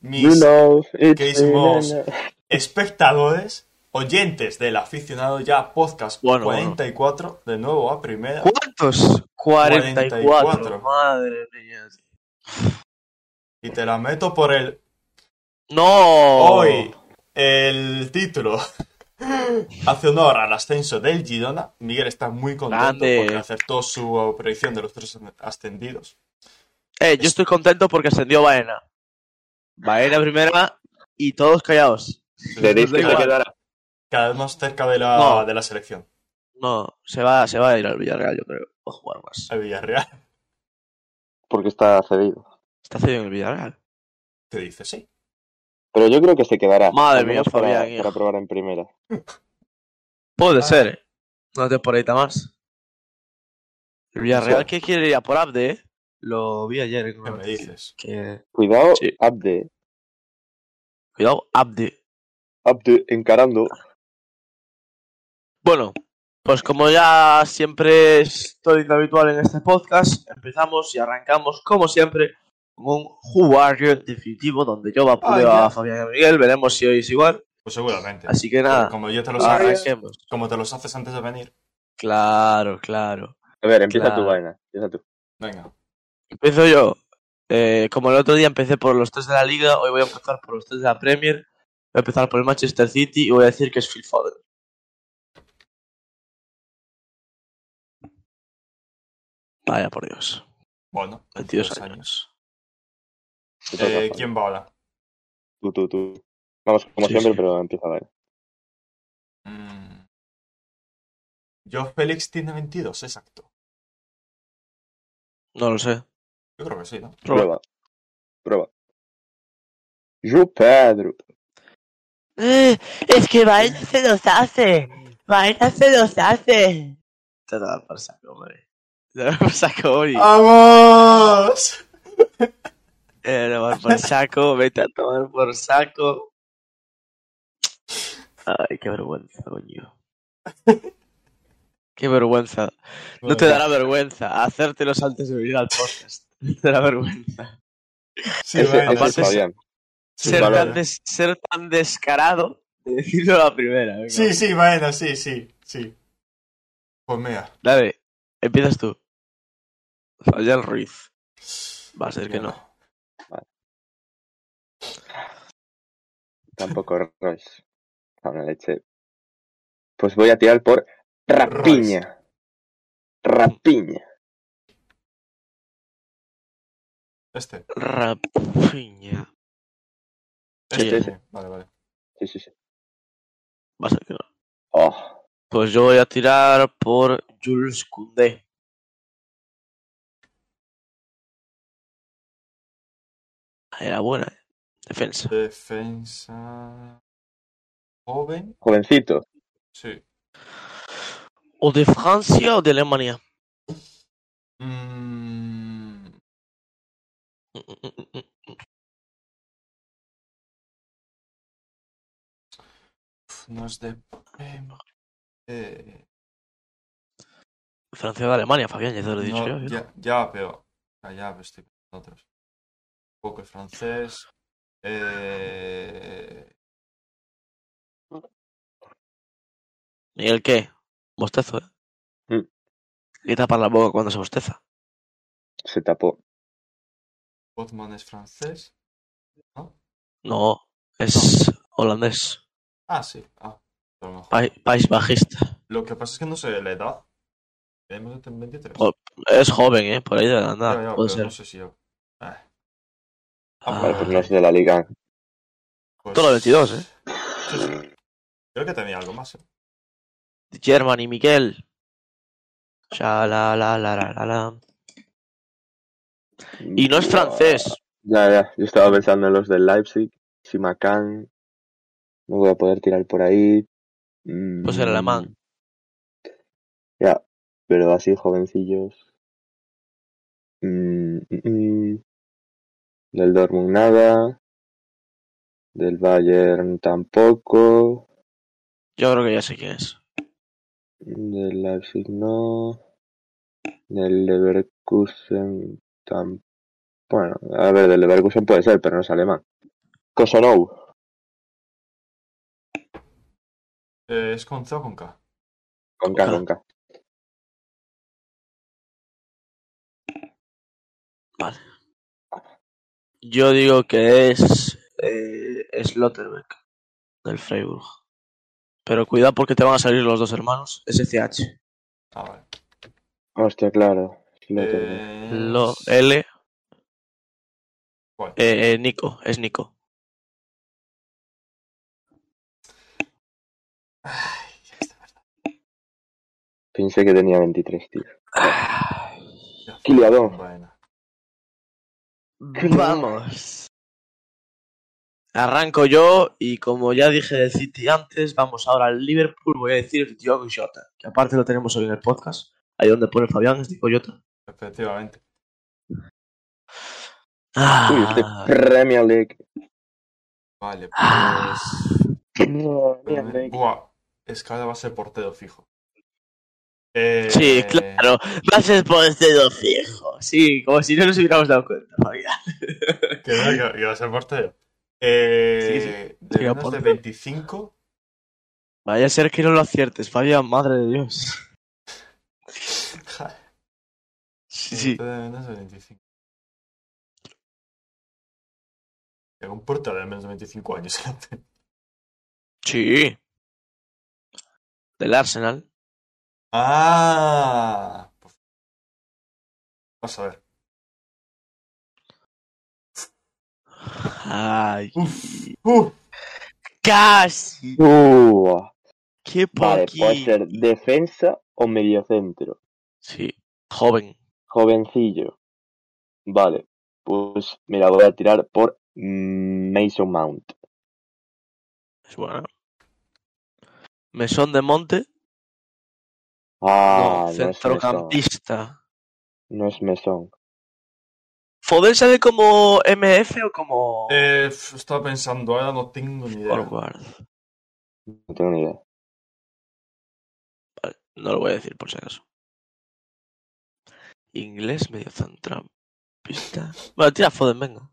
mis knows it's queridísimos been a- espectadores, oyentes del aficionado ya podcast Bueno, bueno. 44, de nuevo a primera. ¿Cuántos? 44. 44. Madre mía. Y te la meto por el No. Oh. hoy. El título hace honor al ascenso del Girona. Miguel está muy contento Grande. porque acertó su predicción de los tres ascendidos. Eh, yo estoy contento porque ascendió Baena. Baena primera y todos callados. Le diste Venga. que quedara. Cada vez más cerca de la, No. de la selección, No, se va, se va a ir al Villarreal, yo creo. O jugar más. el Villarreal. Porque está cedido. Está cedido en el Villarreal. Te dice, sí. Pero yo creo que se quedará. Madre al menos mía, para- Fabián, hijo. Para probar en primera. Puede Ah. ser, ¿eh? Una temporadita más. El Villarreal Sí. que quiere ir a por Abde, ¿eh? Lo vi ayer. en ¿Qué una me noticia. dices? Que... Cuidado, Sí. Abde. Cuidado, Abde. Abde encarando. Bueno, pues como ya siempre es todo habitual en este podcast, empezamos y arrancamos como siempre con un Who Are You definitivo donde yo vapuleo Ay, ya. a Fabián y a Miguel, veremos si hoy es igual. Pues seguramente. Así que nada, Como yo te los haga, arranquemos. como te los haces antes de venir. Claro, claro. A ver, empieza Claro. tu vaina. Empieza tú. Venga. Empiezo yo. Eh, como el otro día empecé por los tres de la Liga, hoy voy a empezar por los tres de la Premier, voy a empezar por el Manchester City y voy a decir que es Phil Foden. Vaya por Dios. Bueno, 22 22 años. Te toca, Eh, Fabián. ¿Quién va ahora? Tú, tú, tú. Vamos, como Sí, siempre, sí. pero empieza Vaina. Mm. Yo, Félix tiene 22, exacto. No lo sé. Yo creo que sí, ¿no? Prueba. Prueba. Yo, Pedro. Eh, Es que Baena se los hace. Baena se los hace. Te da por saco, hombre. Te da por saco, Ori. Ah. ¡Vamos! Te da por saco, vete a tomar por saco. Ay, qué vergüenza, coño. Qué vergüenza. No te dará vergüenza hacértelos antes de venir al podcast. No te dará vergüenza. Sí, ese, venga. ese es aparte es- Fabián. Ser Vale. tan, des- ser tan descarado de decirlo a la primera. venga. Sí, sí, bueno, sí, sí, sí. Pues mira. Dale, empiezas tú. Fabián Ruiz. Va a ser que no. Tampoco Royce. A una leche. Pues voy a tirar por Rapiña. Rapiña. Este. Rapiña. Sí, Este. ese. Vale, vale. Sí, sí, sí. Va a ser que no. Oh, Pues yo voy a tirar por Jules Koundé. Ah, Era buena, eh. Defensa. Defensa. Joven. jovencito. Sí. O de Francia o de Alemania. Mm, Mm, mm, mm, mm. pf, no es de. Eh, mm. Francia o de Alemania, Fabián, ya te lo he dicho no, yo. ¿eh? ya, ya, pero. Ya, ya, pero estoy pensando otros. Poco es francés. Eh, Miguel, ¿qué? Bostezo, ¿eh? Mm. Hay que tapar la boca cuando se bosteza. Se tapó. Botman es francés. No, es holandés. Ah, sí. Ah, a lo mejor. Pai- país bajista. Lo que pasa es que no sé la edad. Tenemos 23. Oh, Es joven, ¿eh? Por ahí de la Ya, nada. ya, puede pero ser. no sé si yo. Eh, Ah, Vale, pues no es de la liga. pues- Todo 22, ¿eh? Sí, sí. Creo que tenía algo más. ¿eh? German y Miguel. Sha la la la la la la. Y no es francés. Ya, ya. Yo estaba pensando en los del Leipzig. Simakan. No voy a poder tirar por ahí. Mm, Pues el alemán. Ya. Pero así, jovencillos. Mm, mm, mm. Del Dortmund nada. Del Bayern tampoco. Yo creo que ya sé quién es. Del Leipzig no. Del Leverkusen tampoco. Bueno, a ver, del Leverkusen puede ser, pero no es alemán. Kosonou. Eh, ¿Es con C o con K? Con K, con K. Vale. Yo digo que es eh, Slotterbeck del Freiburg. Pero cuidado porque te van a salir los dos hermanos. SCH. Ah, vale. Hostia, claro. Lo tengo. Eh, Lo, L. Eh, bueno, eh, Nico, es Nico. Pensé que tenía 23, tío. Ah. ya fue. Kiliadó. Bueno. Vamos. Arranco yo y como ya dije del City antes, vamos ahora al Liverpool. Voy a decir Diogo Jota, que aparte lo tenemos hoy en el podcast. Ahí donde pone Fabián es Diogo Jota. Efectivamente. Uy, este Ah, Premier League. Vale, Ah. pues. Premier League. Buah, escala va a ser portero fijo. Eh, sí, claro. Va a ser por este dos fijo. Sí, como si no nos hubiéramos dado cuenta, Fabián. Que no, que- que va a ser portero. Eh, De Siga, menos de portero. 25. Vaya a ser que no lo aciertes, Fabián, madre de Dios. Ja, Sí, sí. De menos de 25. Que un portero de menos de 25 años. Sí. Del Arsenal. ah. pues- Vamos a ver. Ay, Uf, uf. casi. Uh, Qué vale, pues poquito. puede ser defensa o mediocentro. Sí, joven. Jovencillo. Vale, pues mira, voy a tirar por Mason Mount. Es bueno. Mesón de Monte. no, Ah, no es Mason. centrocampista. No es Mason. ¿Foden sale como MF o como Eh, f- estaba pensando, ahora no tengo ni idea. forward? No tengo ni idea. Vale, no lo voy a decir por si acaso. Inglés, medio centrocampista. Bueno, tira Foden, venga.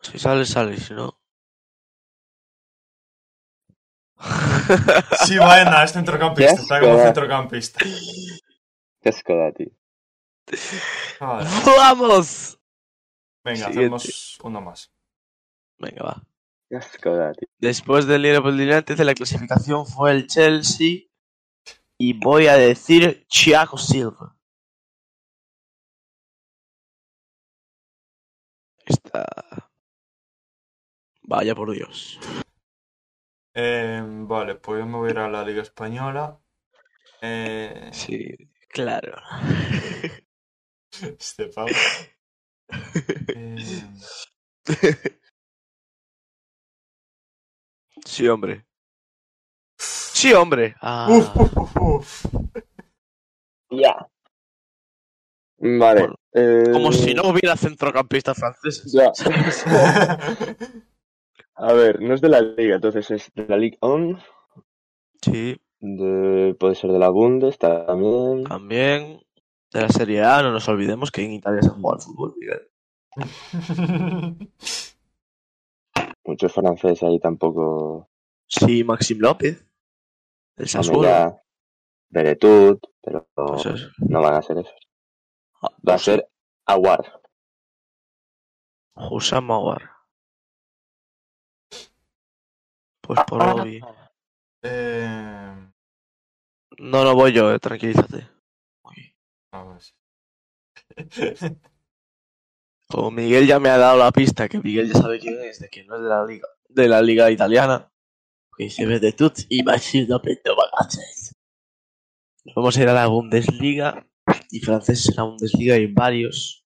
Si sale, sale, si no. Sí, Baena, es centrocampista. Qué Está como asco, eh. centrocampista. Qué asco da, tío. Joder. ¡Vamos! Venga, Siguiente. hacemos este- uno más. Venga, va. Qué asco da, tío. Después del Liverpool United, la clasificación fue el Chelsea. Y voy a decir Thiago Silva. Está. Vaya por Dios. Eh, vale, pues yo me voy a ir a la Liga Española. Eh, Sí, claro. este pavo. Eh, Sí, hombre. Sí, hombre. Ah, uf, uf, uf, uf. Ya. Vale. Bueno, eh, como si no hubiera centrocampista francés. Ya. A ver, no es de la liga, entonces es de la Ligue 1. Sí, De, puede ser de la Bundes también. Ah. también. De la Serie A, no nos olvidemos que en Italia se juega al fútbol, Miguel. Muchos franceses ahí tampoco. Sí, Maxim López. Del Hombre, Sassuolo. ya. Beretut, pero Pues eso. no van a ser esos. Ah, Va a no sé. ser Aguar. Husam Aguar. Pues Ah, por lo vi. Eh, No, no voy yo, eh, tranquilízate. vamos. Como Miguel ya me ha dado la pista, que Miguel ya sabe quién es, de que no es de la liga, de la liga italiana. Que se ve de tut y Maxim López no bagaces. Nos vamos a ir a la Bundesliga y franceses en la Bundesliga hay varios.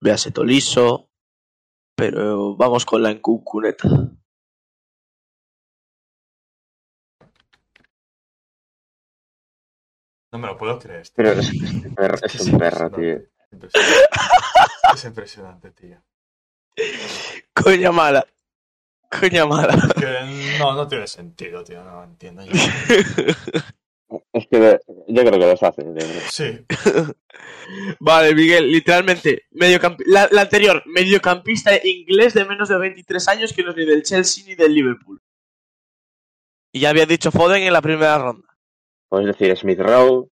Véase Toliso, pero vamos con la encucuneta. No me lo puedo creer. tío. Pero es, es perro- Es que es un perro, tío. impresionante. Impresionante. Es impresionante, tío. Coña mala. Coña mala. Que no, no tiene sentido, tío. No entiendo. yo. Es que de- yo creo que los hacen. yo creo. Sí. Vale, Miguel, literalmente, mediocampi- la, la anterior, mediocampista inglés de menos de 23 años que no es ni del Chelsea ni del Liverpool. Y ya había dicho Foden en la primera ronda. Puedes decir Smith Rowe.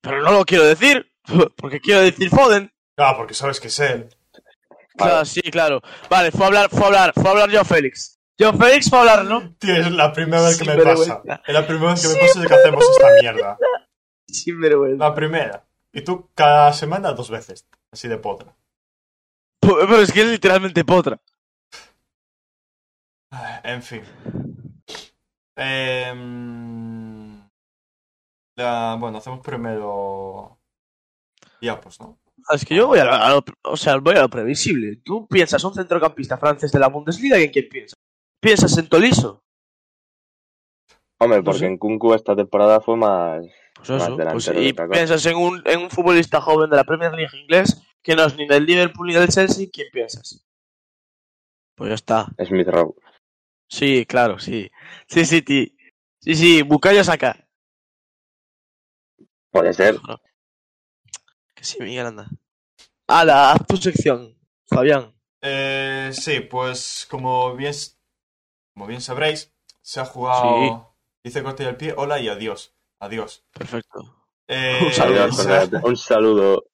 Pero no lo quiero decir, porque quiero decir Foden. Ah, porque sabes que es él. Claro, Vale. sí, claro. Vale, fue a hablar, fue a hablar, fue a hablar yo, Félix. Yo, Félix, fue a hablar, ¿no? Tío, es la primera vez que Sí, me pero pasa. bueno. Es la primera vez que me pasa de que hacemos esta mierda. Sin vergüenza. La primera. Y tú cada semana dos veces. Así de potra. Pero es que es literalmente potra. En fin. Em, la- bueno, hacemos primero. Diapos, ¿no? Ah, Es que yo voy a, lo- a lo, o sea, voy a lo previsible. Tú piensas un centrocampista francés de la Bundesliga y en quién piensas. Piensas en Toliso. Hombre, No porque sé. en Kunku esta temporada fue más. Pues Más eso. delantero pues- que y otra cosa. piensas en un, en un futbolista joven de la Premier League inglés que no es ni del Liverpool ni del Chelsea. ¿Quién piensas? Pues ya está. Smith Rowe. Sí, claro, sí. Sí, sí, ti. Sí, sí, Bucayo saca. Puede ser. Que sí, Miguel, anda. Ala, haz tu sección, Fabián. Eh, sí, pues como bien, s- como bien sabréis, se ha jugado. Sí. Dice corte del pie, hola y adiós. Adiós. Perfecto. Eh, Un saludo, Adiós, se, Fernández. ha, Un saludo.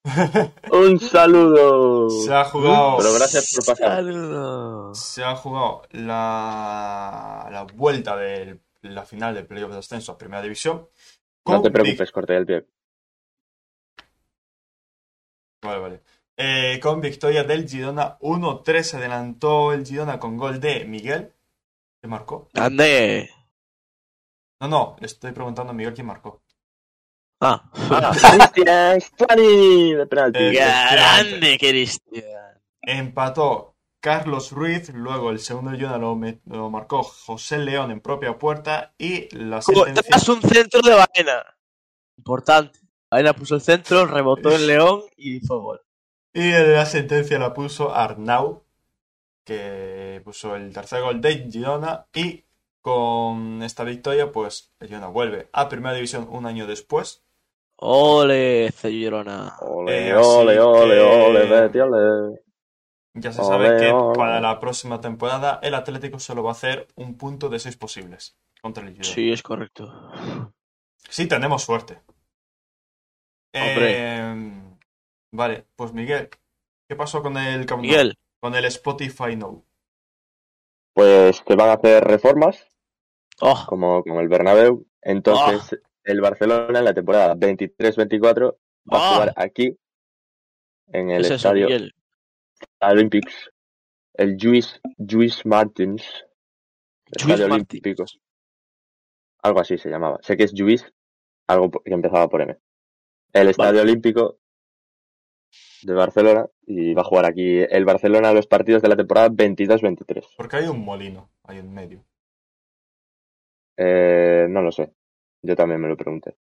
Un saludo. se ha jugado. Pero gracias por pasar. Saludos. Se ha jugado la, la vuelta de la final del playoff de ascenso a Primera División. No te con vic- preocupes, corté el pie. Vale, vale. Eh, con victoria del Girona 1-3 se adelantó el Girona con gol de Miguel. ¿Quién marcó? Ande. No, no, le estoy preguntando a Miguel quién marcó. Ah. Cristian Stani de penalti. Eh, Grande, Cristian. Empató Carlos Ruiz, luego el segundo Girona lo, met- lo marcó José León en propia puerta y la sentencia... Tras un centro de Baena. Importante. Baena puso el centro, rebotó el León y fue gol. Y la sentencia la puso Arnau, que puso el tercer gol de Girona. Y con esta victoria, pues el Girona vuelve a Primera División un año después. Ole, Girona. Eh, Ole, así ole, ole, que- ole, vete, ole. Ya se sabe Ole, que ole. para la próxima temporada el Atlético solo va a hacer un punto de seis posibles contra el Girona. Sí, es correcto. Sí, tenemos suerte. Hombre. Eh, vale, pues Miguel, ¿qué pasó con el countdown? Miguel, Con el Spotify Now. Pues que van a hacer reformas, oh, como, como el Bernabéu. Entonces, Ah. el Barcelona en la temporada 23-24 va a Ah. jugar aquí, en el es eso, estadio Miguel. Olympics, el Juiz, Juiz Martins, el Lluís estadio Martins. olímpico. Algo así se llamaba. Sé que es Juiz, algo po- que empezaba por M. El estadio olímpico de Barcelona y va a jugar aquí el Barcelona los partidos de la temporada 22-23. Porque hay un molino ahí en medio. Eh, no lo sé. Yo también me lo pregunté.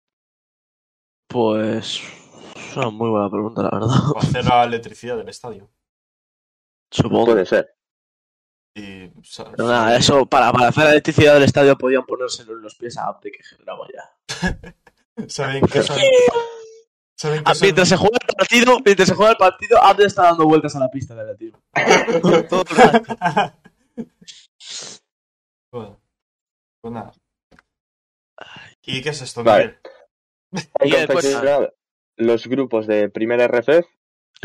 Pues. Es una muy buena pregunta, la verdad. Para hacer la electricidad del estadio. Supongo. Puede ser. Y, o sea, Pero nada, eso, para, para hacer la electricidad del estadio podían ponérselo en los pies a Abde que generaba ya. Saben que son. Saben que Ah, son- mientras se juega el partido, mientras se juega el partido, Abde está dando vueltas a la pista de atletismo. Todo el rato. Bueno, pues nada. ¿Y qué es esto, Vale. Miguel? Miguel, Entonces, pues- nada, los grupos de primera RFF,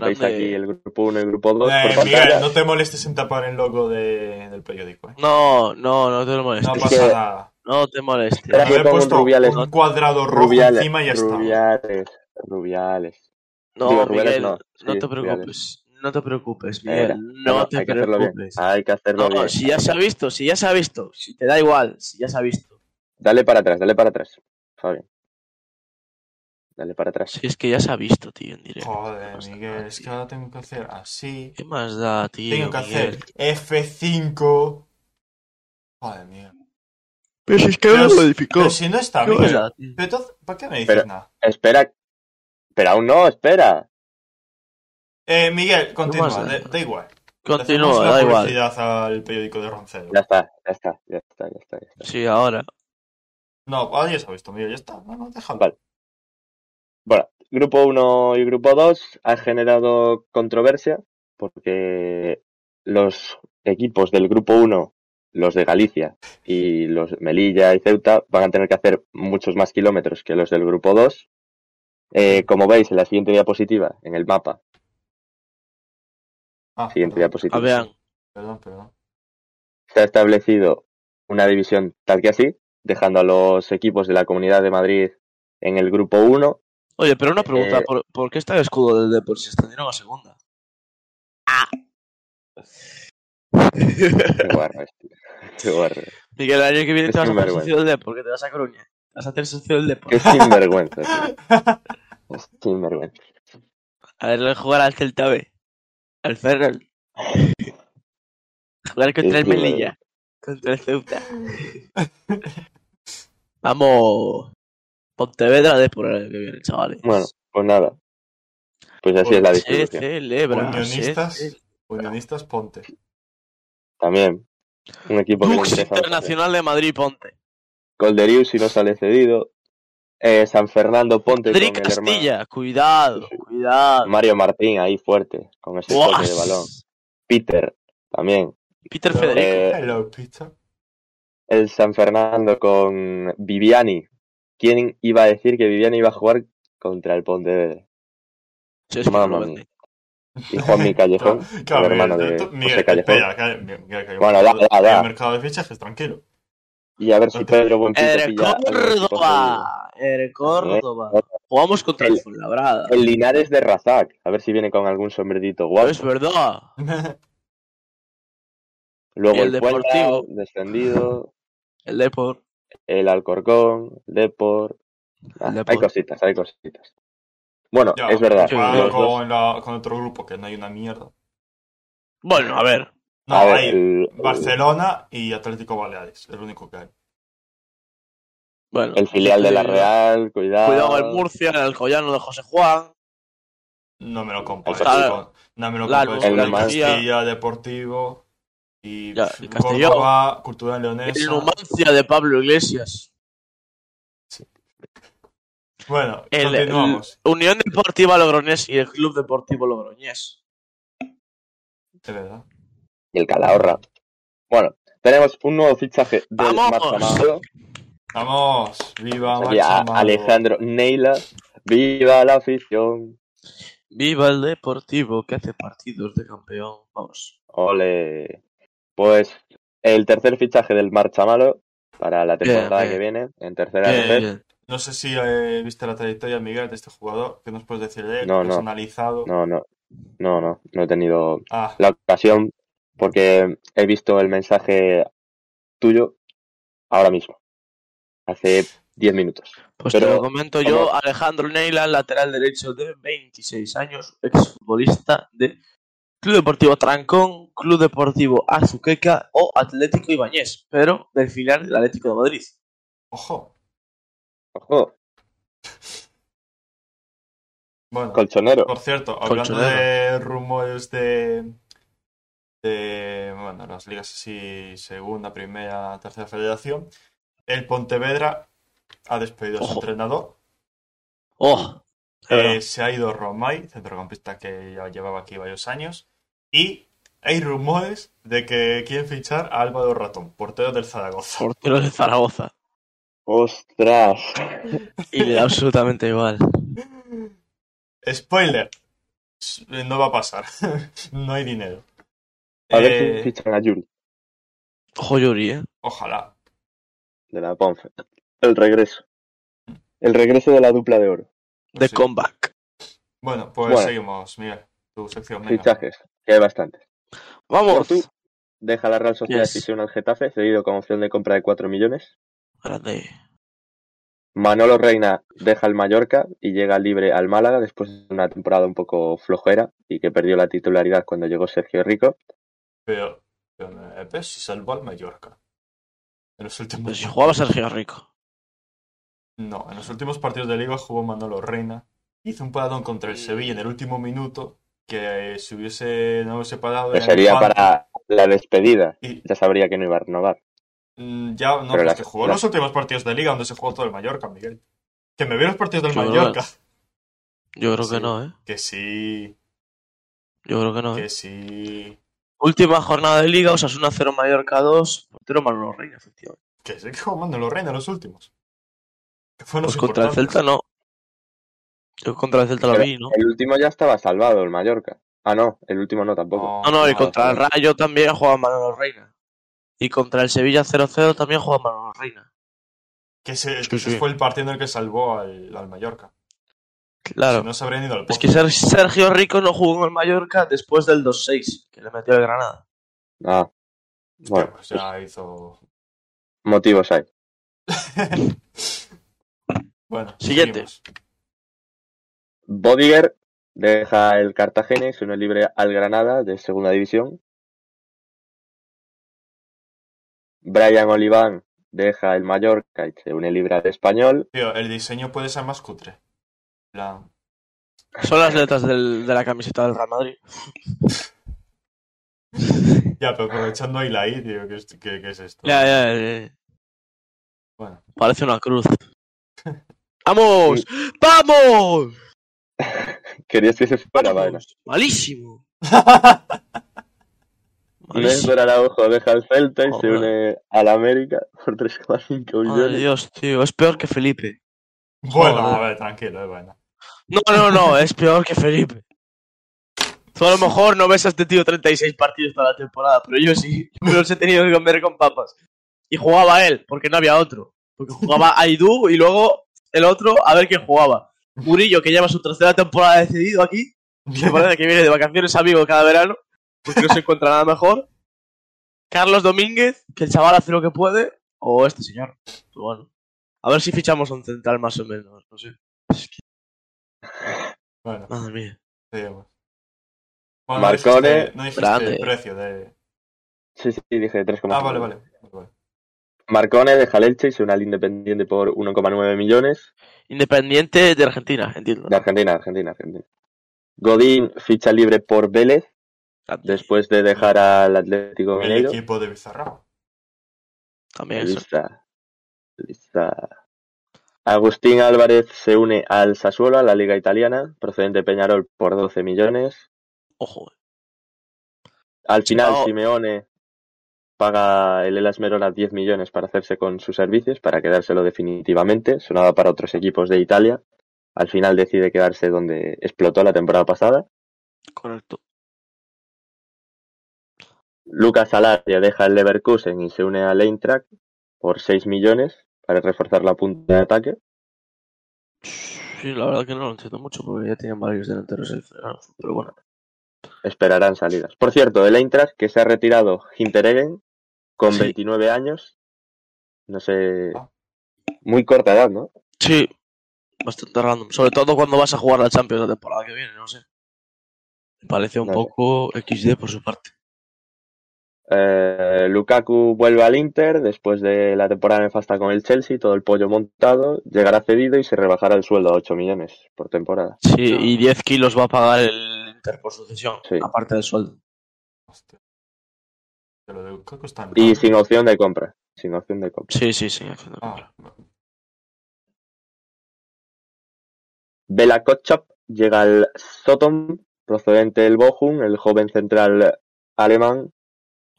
veis Grande. aquí el grupo 1 y el grupo 2 Eh, pues, por pantalla. Miguel, no te molestes en tapar el logo de- del periódico, ¿eh? No, no, no te molestes. No Es pasa que- nada. No te molestes. Espera que Haber pongo un puesto Rubiales. un cuadrado rojo Rubiales, encima y ya está. Rubiales, Rubiales. No, Digo, Rubiales Miguel, no, no, sí, te preocupes. No te preocupes, Miguel. Era. no, No, te hay que hacerlo bien. preocupes. Hay que hacerlo No, bien. si ya se ha visto, si ya se ha visto. Si te da igual, si ya se ha visto. Dale para atrás, dale para atrás, Fabián. Dale para atrás. Si es que ya se ha visto, tío, en directo. ¿Qué Joder, más da, Miguel, es que tío? ahora tengo que hacer así. ¿Qué más da, tío? Tengo que Miguel? hacer F5. Joder, Miguel. Pero si es que Pero, pero si no está, ¿Qué más Miguel. da, tío? Pero entonces, ¿para qué me dices Pero- nada? Espera. Pero aún no, espera. Eh, Miguel, más continúa, da? da, da igual. Hacemos Continúa, la da igual. publicidad al periódico de Roncero. Ya está, ya está, ya está, ya está. Ya está. Sí, ahora. No, nadie se ha visto, Miguel, ya está. No, no, déjalo. Vale. Bueno, grupo 1 y grupo 2 ha generado controversia porque los equipos del grupo 1, los de Galicia y los Melilla y Ceuta, van a tener que hacer muchos más kilómetros que los del grupo 2. Eh, como veis en la siguiente diapositiva, en el mapa, Ah, siguiente pues. perdón, A diapositiva, ver, perdón, perdón. está establecido una división tal que así, dejando a los equipos de la Comunidad de Madrid en el grupo 1 oye, pero una pregunta, Eh, ¿por, por qué está el escudo del Depor si ascendieron a segunda? Ah. Qué guarro es, tío. Qué guarro. Miguel, el año que viene Es te vas a hacer sinvergüenza. socio del Depor, que te vas a Coruña. Te vas a hacer socio del Depor. Qué sinvergüenza, tío. Es sinvergüenza. A ver, lo jugar al Celta B. Al Ferrol. Jugar contra el Sí, sí, vale. Melilla. Contra el Ceuta. Vamos. Pontevedra de por el año que viene, chavales. Bueno, pues nada. Pues así es la Pues se distribución. celebra. Unionistas. se ce- Unionistas, ponte. También. Un equipo que le Dux interesa bastante. Internacional de Madrid, ponte. Golderiu si no sale cedido. Eh, San Fernando Ponte Madrid con el Castilla, cuidado, Sí, sí. cuidado. hermano. Mario Martín ahí fuerte. Con ese Buah. toque de balón. Peter también. Peter Hello, Federico. Eh, Hello, Peter. El San Fernando con Viviani. ¿Quién iba a decir que Viviani iba a jugar contra el Ponte? Sí, es que mamma no lo vende. Y Juanmi Callejón. Claro, el hermano Miguel, de tú- José Miguel, Callejón. espera, que- Miguel, que hay un Bueno, da, da, da. hay un mercado de fichajes, tranquilo. Y a ver si Pedro Buenfil El pilla algo de Costa Córdoba. El Córdoba. Eh, Jugamos contra el el- Fuenlabrada. Rica. El Linares de Razak. A ver si viene con algún sombrerito guapo. Es verdad. Luego el el, Puebla, Deportivo. descendido. El Depor. El Alcorcón. el Depor. Ah, El Depor. Hay cositas, hay cositas. Bueno, Ya, es verdad. comparado los dos- con, la- con otro grupo, que no hay una mierda. Bueno, a ver. No, a ver, hay el, Barcelona y Atlético Baleares, el único que hay. Bueno, el filial de la eh, Real, cuidado. Cuidado el Murcia, el Collano de José Juan. No me lo compares Claro. con... No me lo Claro, compares el con el Numancia. Castilla, Deportivo y Ya, el Castelló. Córdoba, Cultura El Leonesa. Numancia de Pablo Iglesias. Bueno, El, el continuamos. Unión Deportiva Logroñés y el Club Deportivo Logroñés. de verdad. Y el Calahorra. Bueno, tenemos un nuevo fichaje del ¡Vamos! Marzamaro. Vamos, viva Aquí a Macho Malo. Alejandro Neila. Viva la afición. Viva el Deportivo que hace partidos de campeón. Vamos. Ole. Pues el tercer fichaje del Marchamalo para la Bien, temporada bien. que viene, en tercera Bien, red. bien. No sé si eh, viste la trayectoria, Miguel, de este jugador. ¿Qué nos puedes decir de él? No, no. Personalizado. No, no, no, no, no he tenido Ah, la ocasión porque he visto el mensaje tuyo ahora mismo, hace 10 minutos. Pues Pero, te lo comento yo, Alejandro Neila, lateral derecho de 26 años, exfutbolista de Club Deportivo Trancón, Club Deportivo Azuqueca o Atlético Ibañez, pero del final del Atlético de Madrid. ojo. Ojo, Bueno, colchonero. por cierto, hablando Colchonero. de rumores de, de, bueno, las ligas así, segunda, primera, tercera federación, el Pontevedra ha despedido a su Ojo. entrenador. ¡Oh! Eh, Pero, se ha ido Romay, centrocampista que ya llevaba aquí varios años. Y hay rumores de que quieren fichar a Álvaro Ratón, portero del Zaragoza. portero de Zaragoza. Ostras, Y le da absolutamente igual. Spoiler. S- No va a pasar. No hay dinero. a ver Eh, si fichan a Yuri Ojo, Yuri, ¿eh? Ojalá. de la Ponce. El regreso. El regreso de la dupla de oro. De Pues sí. comeback. Bueno, pues Bueno. seguimos, Miguel. Tu sección, venga. Fichajes, que hay bastantes. ¡Vamos! Portu deja la Real Sociedad Yes. y se une al Getafe, cedido con opción de compra de 4 millones. Grande. Manolo Reina deja el Mallorca y llega libre al Málaga después de una temporada un poco flojera y que perdió la titularidad cuando llegó Sergio Rico. Pero, pero eh, ves si salvó al Mallorca. En los Pero últimos, si jugaba Sergio Rico. no, en los últimos partidos de Liga jugó Manolo Reina. Hizo un paradón contra Mm. el Sevilla en el último minuto. Que eh, si hubiese, no hubiese parado. Que era Pues sería empate. para la despedida. Y- Ya sabría que no iba a renovar. Mm, Ya, no, pues Pero la- que jugó la- los últimos partidos de liga donde se jugó todo el Mallorca, Miguel. Que me vio los partidos del Yo no Mallorca. Yo creo Sí. que no, ¿eh? Que sí, Yo creo que no, ¿eh? que sí, Última jornada de Liga, Osasuna 0, Mallorca 2, portero Manolo Reina, efectivamente. que sí que jugó Manolo Reina los últimos. Que fue Pues contra el Celta no. Yo contra el Celta lo Pero vi, ¿no? El último ya estaba salvado, el Mallorca. Ah, no, el último no tampoco. No, no, y contra el Rayo también juega Manolo Reina. Y contra el Sevilla 0-0 también juega Manolo Reina. Que ese, Sí, ese sí. fue el partido en el que salvó al, al Mallorca. Claro. Si no se habrían ido al Es pozo. que Ser- Sergio Rico no jugó en el Mallorca después del 2-6, que le metió el Granada. Ah, bueno, Pues ya hizo. motivos hay. Bueno, Siguiente. seguimos. Bodiger deja el Cartagena y se une libre al Granada de segunda división. Brian Oliván deja el Mallorca y se une libre al Español. Tío, el diseño puede ser más cutre. En plan, Son las letras del- de la camiseta del Real Madrid. Ya, pero aprovechando ahí la I, tío, ¿qué, es- qué- qué es esto? Ya, ya, ya, ya. Bueno, Parece una cruz. ¡Vamos! ¡Vamos! Querías que se fuera, vaina. ¡Vamos! ¡Malísimo! Malísimo. Néstor Araujo deja el Celta y se Joder. une al América por 3,5 Madre de millones. Dios, tío, es peor que Felipe. bueno, Joder. a ver, tranquilo, eh, bueno. No, no, no, es peor que Felipe. Tú a lo mejor no ves a este tío 36 partidos toda la temporada, pero yo sí. Yo me los he tenido que comer con papas. Y jugaba él, porque no había otro. Porque jugaba Aidú y luego el otro a ver quién jugaba. Murillo, que lleva su tercera temporada decidido aquí, que parece que viene de vacaciones amigo cada verano, porque no se encuentra nada mejor. Carlos Domínguez, que el chaval hace lo que puede, o este señor. Pero bueno, a ver si fichamos un central más o menos, no sé. Es que, Bueno, madre mía. seguimos. Bueno, no dijiste- Marcone, no dijiste grande. el precio de. Sí, sí, dije 3,5 Ah, vale, millones. vale. vale, vale. Marcone deja el Elche y se une al Independiente por 1,9 millones. Independiente de Argentina, entiendo. De Argentina, Argentina, Argentina. Godín ficha libre por Vélez después de dejar al Atlético El Mineiro. equipo de Bizarra. También eso. Lista. Lista. Agustín Álvarez se une al Sassuolo, a la Liga Italiana, procedente de Peñarol por 12 millones. Ojo. eh, Al final, Chao. Simeone paga el Elas Verona 10 millones para hacerse con sus servicios, para quedárselo definitivamente. Sonaba para otros equipos de Italia. Al final decide quedarse donde explotó la temporada pasada. Correcto. Lucas Alaria deja el Leverkusen y se une al Eintracht por 6 millones para reforzar la punta de ataque. Sí, la verdad que no lo entiendo mucho porque ya tenían varios delanteros el verano, Pero bueno, Esperarán salidas. Por cierto, el Eintracht que se ha retirado Hintereggen con Sí. 29 años. No sé. Ah. Muy corta edad, ¿no? sí. Bastante random. Sobre todo cuando vas a jugar la Champions la temporada que viene, no sé. Me parece un No sé. poco XD por su parte. Eh, Lukaku vuelve al Inter después de la temporada nefasta con el Chelsea, todo el pollo montado, llegará cedido y se rebajará el sueldo a 8 millones por temporada. Sí, y 10 kilos va a pagar el Inter por sucesión, Sí. aparte del sueldo. Hostia. Pero lo de Lukaku está en Y Roma. sin opción de compra. Sin opción de compra. Sí, sí, sí. haciendo compra. Ah, Bela Kotchap llega al Sotom, procedente del Bochum, el joven central alemán.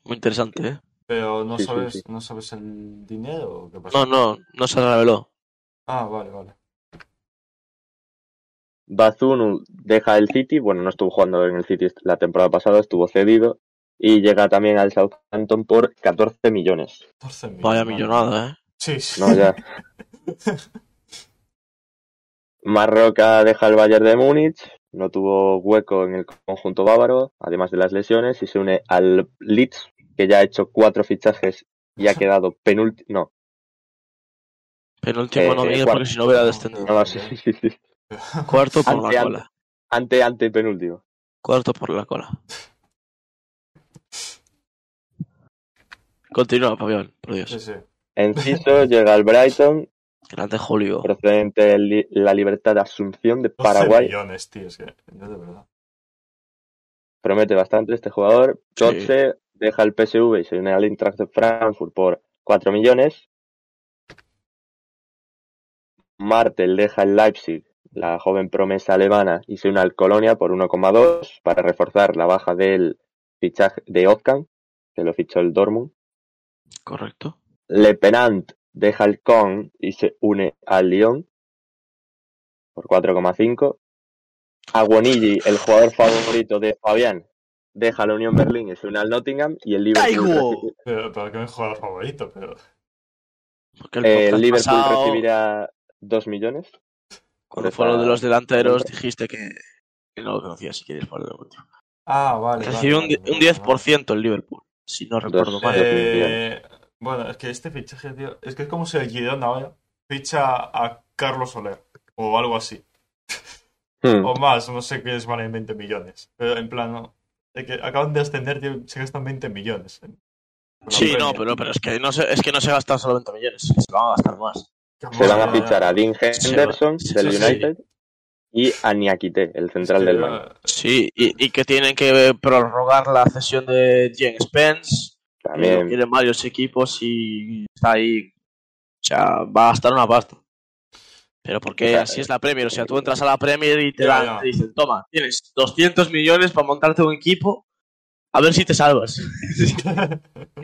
Muy interesante, ¿eh? pero no Sí, sí, sabes, sí. no sabes el dinero o qué pasa. No, no, no se reveló. Ah, vale, vale. Bazunu deja el City, bueno, no estuvo jugando en el City la temporada pasada, estuvo cedido. Y llega también al Southampton por 14 millones. 14 millones. Vaya vale. millonada, ¿eh? Sí, sí. No, ya. Marroca deja el Bayern de Múnich, no tuvo hueco en el conjunto bávaro, además de las lesiones, y se une al Leeds, que ya ha hecho cuatro fichajes y ha quedado penúltimo. No, Penúltimo Eh, no Miguel, cuarto. porque si no hubiera descendido. no, sí, sí, sí. Cuarto por Ante- la cola. Ante, ante penúltimo. Cuarto por la cola. Continúa, Fabián, por Sí, Dios. sí. Enciso llega al Brighton, Grande Julio. procedente de Li- la Libertad de Asunción de 12 Paraguay. millones, tío, es que. Yo de verdad. promete bastante este jugador. Sí. Totse deja el PSV y se une al Eintracht de Frankfurt por 4 millones. Martel deja el Leipzig, la joven promesa alemana, y se une al Colonia por 1,2 para reforzar la baja del fichaje de Otkan, que lo fichó el Dortmund. Correcto. Le Penant deja el Con y se une al Lyon por 4,5. Aguonilli, el jugador favorito de Fabián, deja la Unión Berlín y se une al Nottingham y el Liverpool, ¡Taigo! reci- Pero, pero que me jugador favorito, pero. Porque el eh, el podcast Liverpool pasado, recibirá 2 millones. Cuando esa- fueron de los delanteros dijiste que, que no lo conocías si quieres por el motivo. Ah, vale. vale, Recibió un, vale, di- un vale, vale. 10% el Liverpool, si no recuerdo Dos. mal. Eh, bueno, es que este fichaje, tío, es que es como si el Girona ahora ficha a Carlos Soler o algo así. Hmm. O más, no sé qué es, valen 20 millones. Pero en plan, no. De que acaban de ascender, tío, se gastan 20 millones. en- en la Sí, no, Premier. pero, pero es que no se, es que no se gastan solo 20 millones, se van a gastar más. Se van a Como- fichar a Dean Henderson Sí, del sí, sí. United y a Niakite, el central Sí, del va- Man. Sí, y, y que tienen que prorrogar la cesión de Jen Spence. que lo También Quieren varios equipos y está ahí. O sea, va a gastar una pasta. Pero porque O sea, así es la Premier. O sea, tú entras a la Premier y te, eh. Ya, dan- ya. te dicen, toma, tienes 200 millones para montarte un equipo. A ver si te salvas.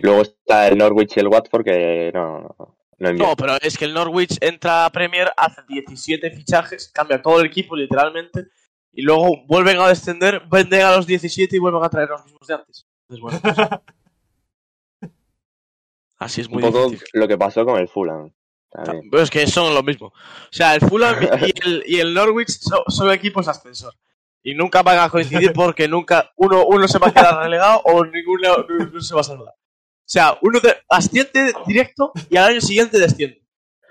Luego está el Norwich y el Watford que no, no, no No, envían. pero es que el Norwich entra a Premier, hace 17 fichajes, cambia todo el equipo literalmente, y luego vuelven a descender, venden a los 17 y vuelven a traer los mismos de antes. Entonces, bueno, pues, así es un muy poco difícil. lo que pasó con el Fulham. También. Pero Pues es que son lo mismo. O sea, el Fulham y el, y el Norwich son, son equipos de ascensor. Y nunca van a coincidir porque nunca uno, uno se va a quedar relegado o ninguno no- no se va a salvar. O sea, uno de- asciende directo y al año siguiente desciende.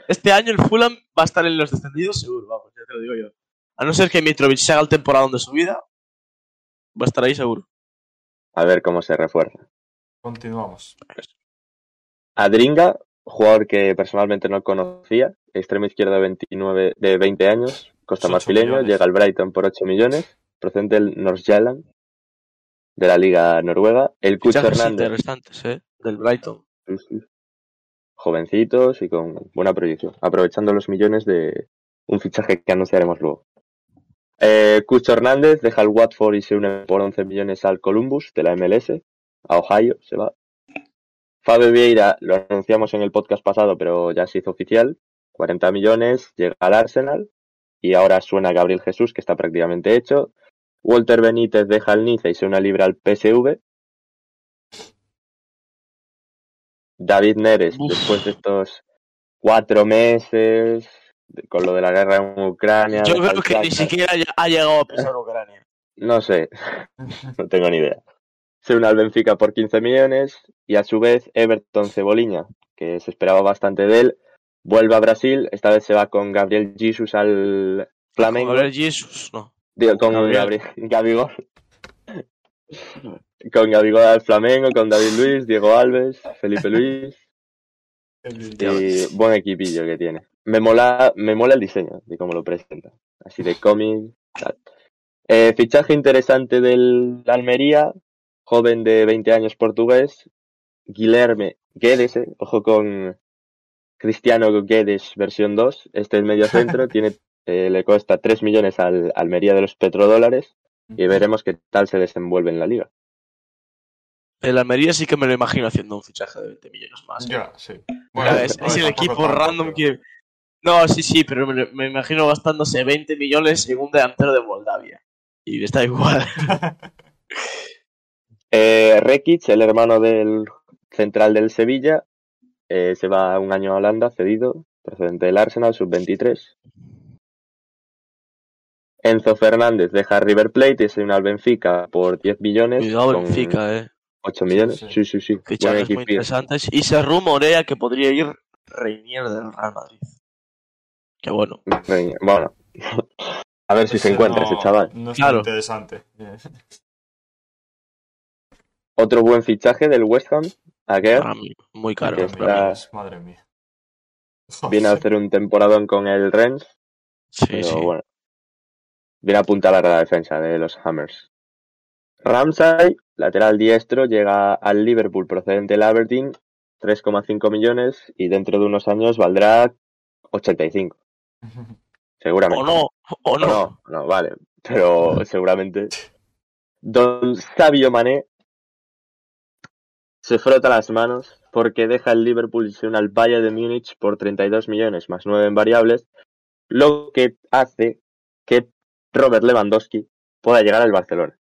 Este año el Fulham va a estar en los descendidos seguro, vamos, ya te lo digo yo. A no ser que Mitrovic se haga el temporadón de su vida, va a estar ahí seguro. A ver cómo se refuerza. Continuamos. Adringa, jugador que personalmente no conocía, extremo izquierdo de 29, de 20 años, Pues, costa Ocho marfileño, millones. llega al Brighton por 8 millones, procedente del Nordsjælland de la Liga Noruega. El Cucho Fichajes Hernández, interesantes, ¿eh? Del Brighton. Sí, sí. jovencitos y con buena proyección, aprovechando los millones de un fichaje que anunciaremos luego. Eh, Cucho Hernández deja el Watford y se une por 11 millones al Columbus de la MLS, a Ohio se va. Fabio Vieira lo anunciamos en el podcast pasado, pero ya se hizo oficial, 40 millones, llega al Arsenal y ahora suena Gabriel Jesús, que está prácticamente hecho. Walter Benítez deja el Niza y se une libre al PSV. David Neres, Uf. después de estos cuatro meses, de- con lo de la guerra en Ucrania. Yo deja creo el que ni Shakhtar. siquiera ha llegado a pisar Ucrania. No sé, no tengo ni idea. Se une al Benfica por 15 millones y a su vez Everton Ceboliña, que se esperaba bastante de él, vuelve a Brasil, esta vez se va con Gabriel Jesus al Flamengo, Gabriel Jesus, no. digo, con Gabriel. Gabriel- Gabigol. Con Gabigol al Flamengo, con David Luis, Diego Alves, Felipe Luis El- y Eh, buen equipillo que tiene. Me mola, me mola el diseño de cómo lo presenta, así de cómic. tal. Eh, fichaje interesante del Almería, joven de 20 años portugués, Guilherme Guedes, eh, ojo con Cristiano Guedes versión 2, este es medio centro, tiene, eh, le cuesta 3 millones al Almería de los petrodólares y veremos qué tal se desenvuelve en la liga. El Almería sí que me lo imagino haciendo un fichaje de 20 millones más. Ya, sí. O sea, es, no es el tampoco equipo tanto, random pero- que... No, sí, sí, pero me, lo- me imagino gastándose 20 millones en un delantero de Moldavia. Y está igual. Eh, Rekic, el hermano del central del Sevilla, eh, se va un año a Holanda, cedido, procedente del Arsenal, sub-23. Enzo Fernández deja River Plate y se une al Benfica por 10 millones. Cuidado con Benfica, eh. 8 millones. Sí, Sí, sí, sí. Buen Fichajes muy equipo. interesantes. Y se rumorea que podría ir Reinier del Real Madrid. Que bueno. Bueno, a ver si se Ese encuentra no- ese chaval. No es Claro. tan interesante. Eh, Otro buen fichaje del West Ham, ¿Eh? Aguer. para mí, Muy caro. Que madre mía, está- Madre mía. Viene a hacer un temporadón con el Rennes, Sí, pero sí. bueno. Viene a apuntalar a la defensa de los Hammers. Ramsay, lateral diestro, llega al Liverpool procedente del Aberdeen 3,5 millones y dentro de unos años valdrá 85, seguramente. O Oh, no, o no. No, no, vale. Pero seguramente. Don Sabio Mané se frota las manos porque deja el Liverpool y se une al Bayern de Múnich por 32 millones más 9 en variables, lo que hace que Robert Lewandowski pueda llegar al Barcelona.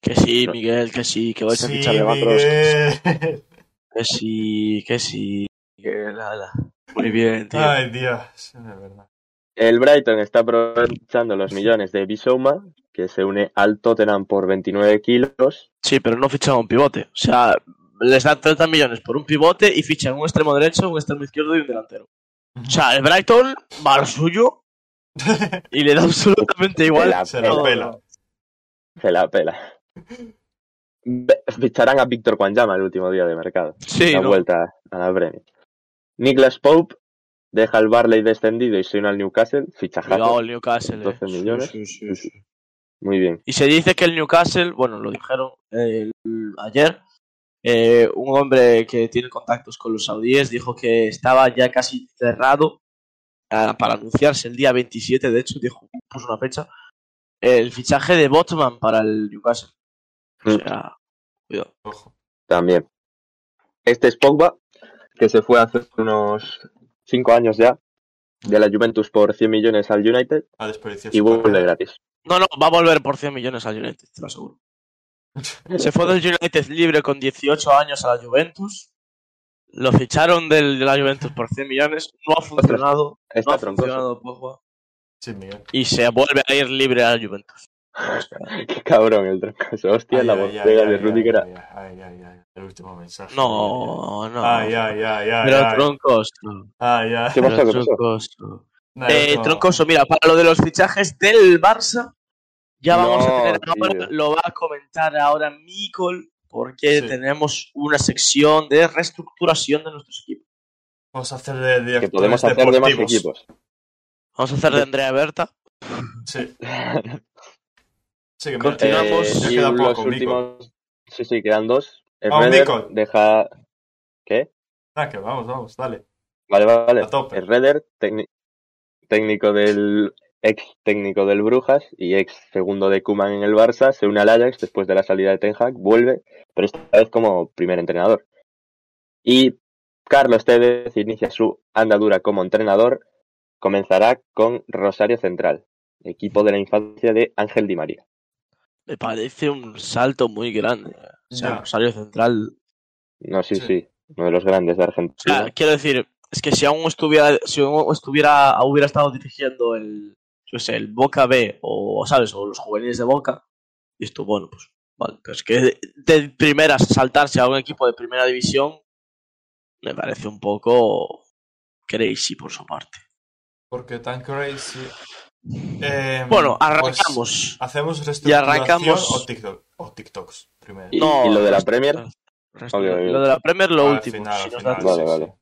Que sí, Miguel, que sí, que vais a Sí, fichar de Lewandowski. Miguel. Que sí, que sí, Miguel, ala. Muy bien, tío. Ay, Dios, de verdad. El Brighton está aprovechando los millones de Bissouma, que se une al Tottenham por 29 kilos. Sí, pero no fichan un pivote. O sea, les dan 30 millones por un pivote y fichan un extremo derecho, un extremo izquierdo y un delantero. O sea, el Brighton va al suyo y le da absolutamente Se igual. la Se la No, pela. no. Se la pela. Ve- Ficharán a Víctor Cuanyama el último día de mercado. Sí, la ¿no? vuelta a la Premier. Nicholas Pope deja el Barley descendido y se une al Newcastle. Cuidado Fichajazo. el Newcastle. eh. 12 millones. Sí, sí, sí, sí. Muy bien. Y se dice que el Newcastle, bueno, lo dijeron eh, el- ayer, eh, un hombre que tiene contactos con los saudíes dijo que estaba ya casi cerrado ah, para anunciarse el día 27, de hecho, dijo, puso una fecha, el fichaje de Botman para el Newcastle. O sea, cuidado. Ojo. También. Este es Pogba, que se fue hace unos 5 años ya de la Juventus por 100 millones al United A desperdiciar y su vuelve carrera. gratis. No, no, va a volver por 100 millones al United, te lo aseguro. Se fue del United libre con 18 años a la Juventus. Lo ficharon del, de la Juventus por 100 millones. No ha funcionado. No Está ha troncoso. funcionado Pogba. Sí, Miguel. Y se vuelve a ir libre a la Juventus. Qué cabrón el troncoso. Hostia, Ay, la ay, bodega ay, de ay, Rudiger. ay, ay, ay, ay, El último mensaje. No, no. Ay, ay, ay, ay. Pero Eh, ay, troncoso. ay, ay. ¿Qué pero pasó? ¿Qué pasó? troncoso. Nada, Eh, no. troncoso, mira, para lo de los fichajes del Barça, ya vamos No, a tener tío. ahora, lo va a comentar ahora Mikol, porque Sí. tenemos una sección de reestructuración de nuestros equipos. Vamos a hacer de Que directores podemos hacer de más deportivos. equipos. Vamos a hacer de Andrea Berta. Sí, sí que me- Continuamos. Eh, ya y queda los poco, Ah, Mico. últimos... Sí, sí, quedan dos. El Vamos, Redder Mico. deja Ah, que vamos, vamos, dale. Vale, vale, vale. A tope. El Redder, tecni- técnico del ex técnico del Brujas y ex segundo de Kuman en el Barça, se une al Ajax después de la salida de Ten Hag, vuelve, pero esta vez como primer entrenador. Y Carlos Tevez inicia su andadura como entrenador, comenzará con Rosario Central, equipo de la infancia de Ángel Di María. Me parece un salto muy grande. O sea, Ya. Rosario Central. No, sí, Sí. sí, uno de los grandes de O sea, Argentina. quiero decir, es que si aún estuviera, si aún estuviera, hubiera estado dirigiendo el, yo sé, el Boca B o, ¿sabes? O los juveniles de Boca, y esto, bueno, pues, vale. Pero es que de, de primeras saltarse a un equipo de primera división me parece un poco crazy por su parte. Porque tan crazy. Eh, Bueno, pues, arrancamos. ¿Hacemos Y reestructuración arrancamos- o TikTok? O TikToks primero. Y- y lo de la Premier. resto- Ok, Ah, ok. Lo de la Premier, lo Al último. final, si al nos final, da tiempo. sí, Vale, sí. vale.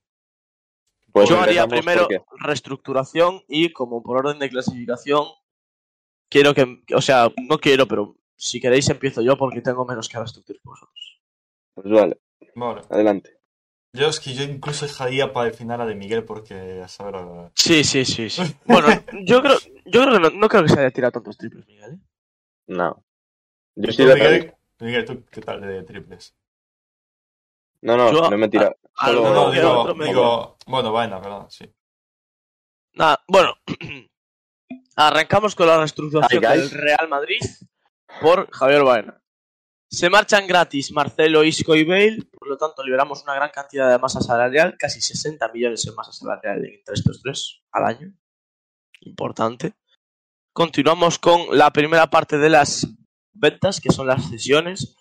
Pues Yo haría empezamos primero porque- reestructuración y como por orden de clasificación, quiero que, o sea, no quiero, pero si queréis empiezo yo porque tengo menos que reestructurar que vosotros. Pues vale, Bueno, adelante. yo es que yo incluso dejaría para el final a de Miguel porque a saber. a- Sí, sí, sí, sí. Bueno, yo creo, yo creo que no, no creo que se haya tirado tantos triples, Miguel. ¿eh? No. Yo ¿Y sí tú, de Miguel? Miguel, ¿tú qué tal de triples? No, no, Yo- no me tira. a- No, Solo- no, Alguno que digo, otro me- digo. Bueno, vaina, perdón, sí. Nada, bueno, arrancamos con la reestructuración Ay, del guys. Real Madrid por Javier Baena. Se marchan gratis Marcelo, Isco y Bale, por lo tanto liberamos una gran cantidad de masa salarial, casi 60 millones en masa salarial entre estos tres al año. Importante. Continuamos con la primera parte de las ventas, que son las cesiones.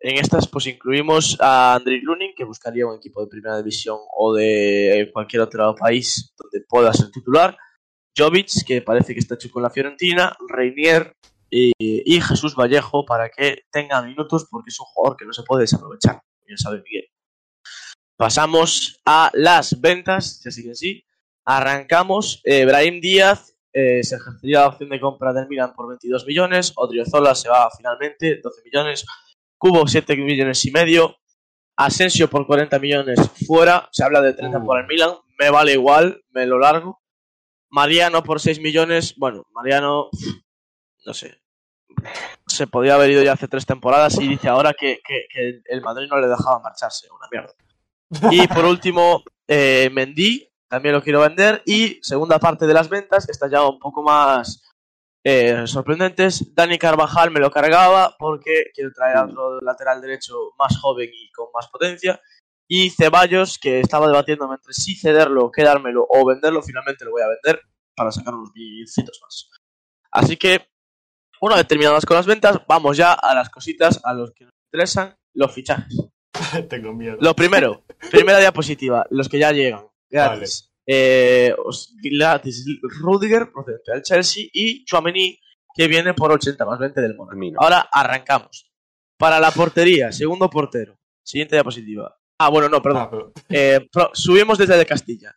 En estas pues incluimos a Andriy Lunin, que buscaría un equipo de primera división o de eh, cualquier otro país donde pueda ser titular. Jovic, que parece que está hecho con la Fiorentina. Reinier y, y Jesús Vallejo para que tenga minutos porque es un jugador que no se puede desaprovechar, como ya sabe Miguel. Pasamos a las ventas, si así que sí. Arrancamos. eh, Brahim Díaz eh, se ejercería la opción de compra del Milan por 22 millones. Odriozola se va finalmente, 12 millones. Cubo 7 millones y medio. Asensio por 40 millones fuera, se habla de 30 por el Milan, me vale igual, me lo largo. Mariano por 6 millones, bueno, Mariano, no sé, se podía haber ido ya hace tres temporadas y dice ahora que, que- que el Madrid no le dejaba marcharse, una mierda. Y por último, eh, Mendy, también lo quiero vender. Y segunda parte de las ventas, que está ya un poco más eh, sorprendentes. Dani Carvajal me lo cargaba porque quiero traer a otro lateral derecho más joven y con más potencia. Y Ceballos, que estaba debatiéndome entre si cederlo, quedármelo o venderlo, finalmente lo voy a vender para sacar unos billecitos más. Así que, una vez terminadas con las ventas, vamos ya a las cositas, a los que nos interesan, los fichajes. Tengo miedo. Lo primero, primera diapositiva, los que ya llegan, gratis. Eh, os- gratis Rudiger, procedente del Chelsea, y Chouameni, que viene por 80 más 20 del Mónaco. Mino. Ahora arrancamos. Para la portería, segundo portero. Siguiente diapositiva. Ah, bueno, no, perdón. Ah, pero- Eh, pro- subimos desde de Castilla.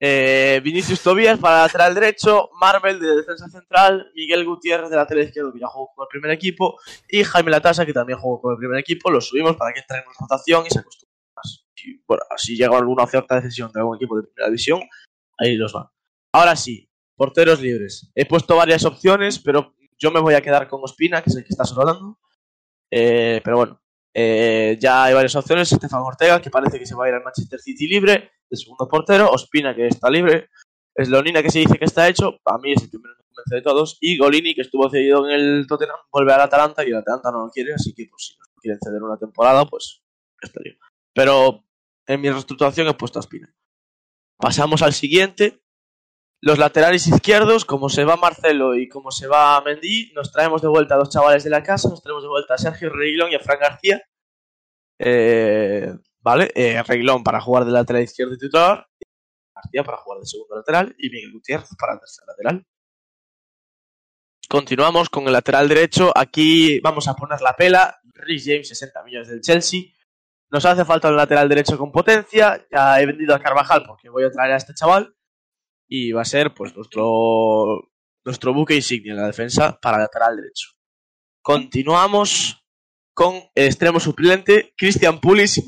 Eh, Vinicius Tobías para lateral derecho, Marvel de defensa central, Miguel Gutiérrez de lateral izquierdo que ya jugó con el primer equipo y Jaime Latasa que también jugó con el primer equipo. Los subimos para que entren en rotación y se acostumbren más. Y, bueno, así llega alguna cierta decisión de algún equipo de primera división, ahí los van. Ahora sí, porteros libres. He puesto varias opciones, pero yo me voy a quedar con Ospina, que es el que está sonando. Eh, pero bueno, eh, ya hay varias opciones. Estefan Ortega, que parece que se va a ir al Manchester City libre, de segundo portero. Ospina, que está libre. Slonina, que se dice que está hecho. A mí es el primero que me convence de todos. Y Golini, que estuvo cedido en el Tottenham, vuelve al Atalanta y el Atalanta no lo quiere. Así que, pues, si nos quieren ceder una temporada, pues, estaría. Pero en mi reestructuración he puesto a Ospina. Pasamos al siguiente. Los laterales izquierdos, como se va Marcelo y como se va Mendy, nos traemos de vuelta a dos chavales de la casa, nos traemos de vuelta a Sergio Reguilón y a Fran García, eh, ¿Vale? Eh, Reguilón para jugar de lateral izquierdo y titular. García para jugar de segundo lateral. Y Miguel Gutiérrez para tercer lateral. Continuamos con el lateral derecho. Aquí vamos a poner la pela. Rhys James, 60 millones del Chelsea. Nos hace falta un lateral derecho con potencia. Ya he vendido a Carvajal porque voy a traer a este chaval. Y va a ser pues nuestro, nuestro buque insignia en la defensa para lateral derecho. Continuamos con el extremo suplente, Christian Pulisic.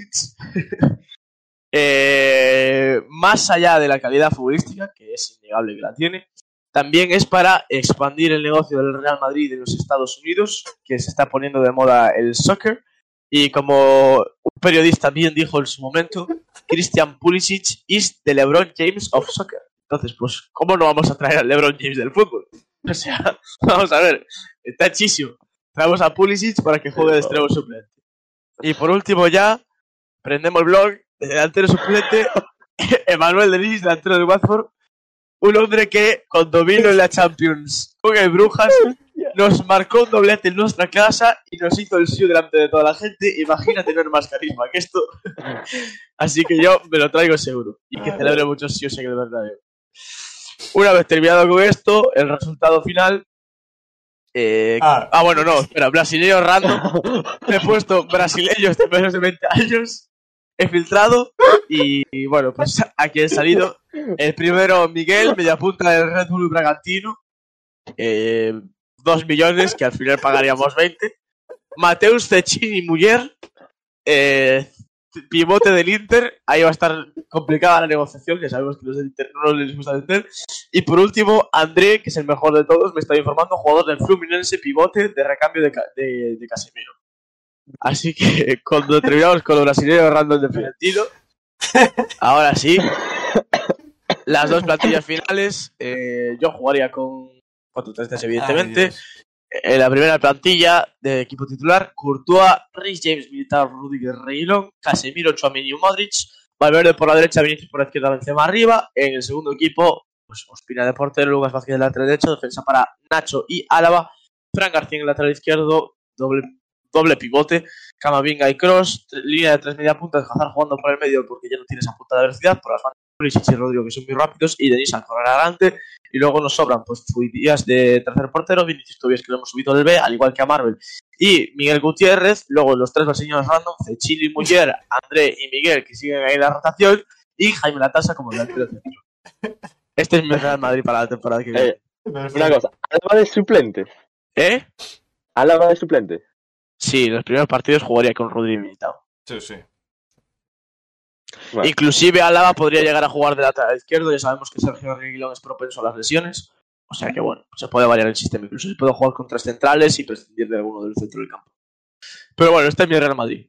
Eh, más allá de la calidad futbolística, que es innegable que la tiene, también es para expandir el negocio del Real Madrid en los Estados Unidos, que se está poniendo de moda el soccer. Y como un periodista bien dijo en su momento, Christian Pulisic is the LeBron James of soccer. Entonces, pues, ¿cómo no vamos a traer al LeBron James del fútbol? O sea, vamos a ver, está chísimo. Traemos a Pulisic para que juegue de extremo suplente. Y por último ya, prendemos el blog, de delantero suplente, Emanuel Denis, delantero de Watford. Un hombre que cuando vino en la Champions con el Brujas nos marcó un doblete en nuestra casa y nos hizo el show delante de toda la gente. Imagina tener más carisma que esto. Así que yo me lo traigo seguro. Y que celebre muchos shows en el Bernabéu. Una vez terminado con esto, el resultado final... eh, Ah. ah, bueno, no, espera, brasileño random. Me he puesto brasileños de menos de 20 años. He filtrado y, y bueno, pues aquí han salido. El primero, Miguel, mediapunta del Red Bull Bragantino. Eh, 2 millones, que al final pagaríamos 20. Mateus Cecchini y Muller. eh, pivote del Inter. Ahí va a estar complicada la negociación, que sabemos que los del Inter no les gusta vender. Y por último, André, que es el mejor de todos, me está informando, jugador del Fluminense, pivote de recambio de, Ca- de- de Casemiro. Así que cuando terminamos con los brasileños random de Florentino, ahora sí, las dos plantillas finales, eh, yo jugaría con 4-3-3 evidentemente, en la primera plantilla de equipo titular, Courtois, Rhys James, Militar, Rudiger, Reilón, Casemiro, Chouameni y Modric, Valverde por la derecha, Vinicius por la izquierda, Benzema arriba, en el segundo equipo, pues Ospina de portero, Lucas Vázquez de lateral derecho, defensa para Nacho y Álava, Fran García en el lateral izquierdo, doble, doble pivote, Camavinga y Cross, línea de tres media puntas, Hazard jugando por el medio porque ya no tiene esa punta de velocidad, por las bandas Pulisic y Rodrigo que son muy rápidos y Denis al correr adelante, y luego nos sobran pues Díaz de tercer portero, Vinicius Tobias que lo hemos subido del B, al igual que a Marvel, y Miguel Gutiérrez, luego los tres brasileños random, Cecchini, Muller, André y Miguel que siguen ahí en la rotación, y Jaime Latasa como delantero centro. Este es mi Real Madrid para la temporada que viene. Eh, una cosa, Álava de suplente. ¿Eh? Álava de suplente. Sí, los primeros partidos jugaría con Rodri y Militao. Sí, sí. Bueno. Inclusive Álava podría llegar a jugar de lateral izquierdo. Ya sabemos que Sergio Reguilón es propenso a las lesiones. O sea que bueno, se puede variar el sistema. Incluso se puede jugar con tres centrales y prescindir de alguno del centro del campo. Pero bueno, este es mi Real Madrid.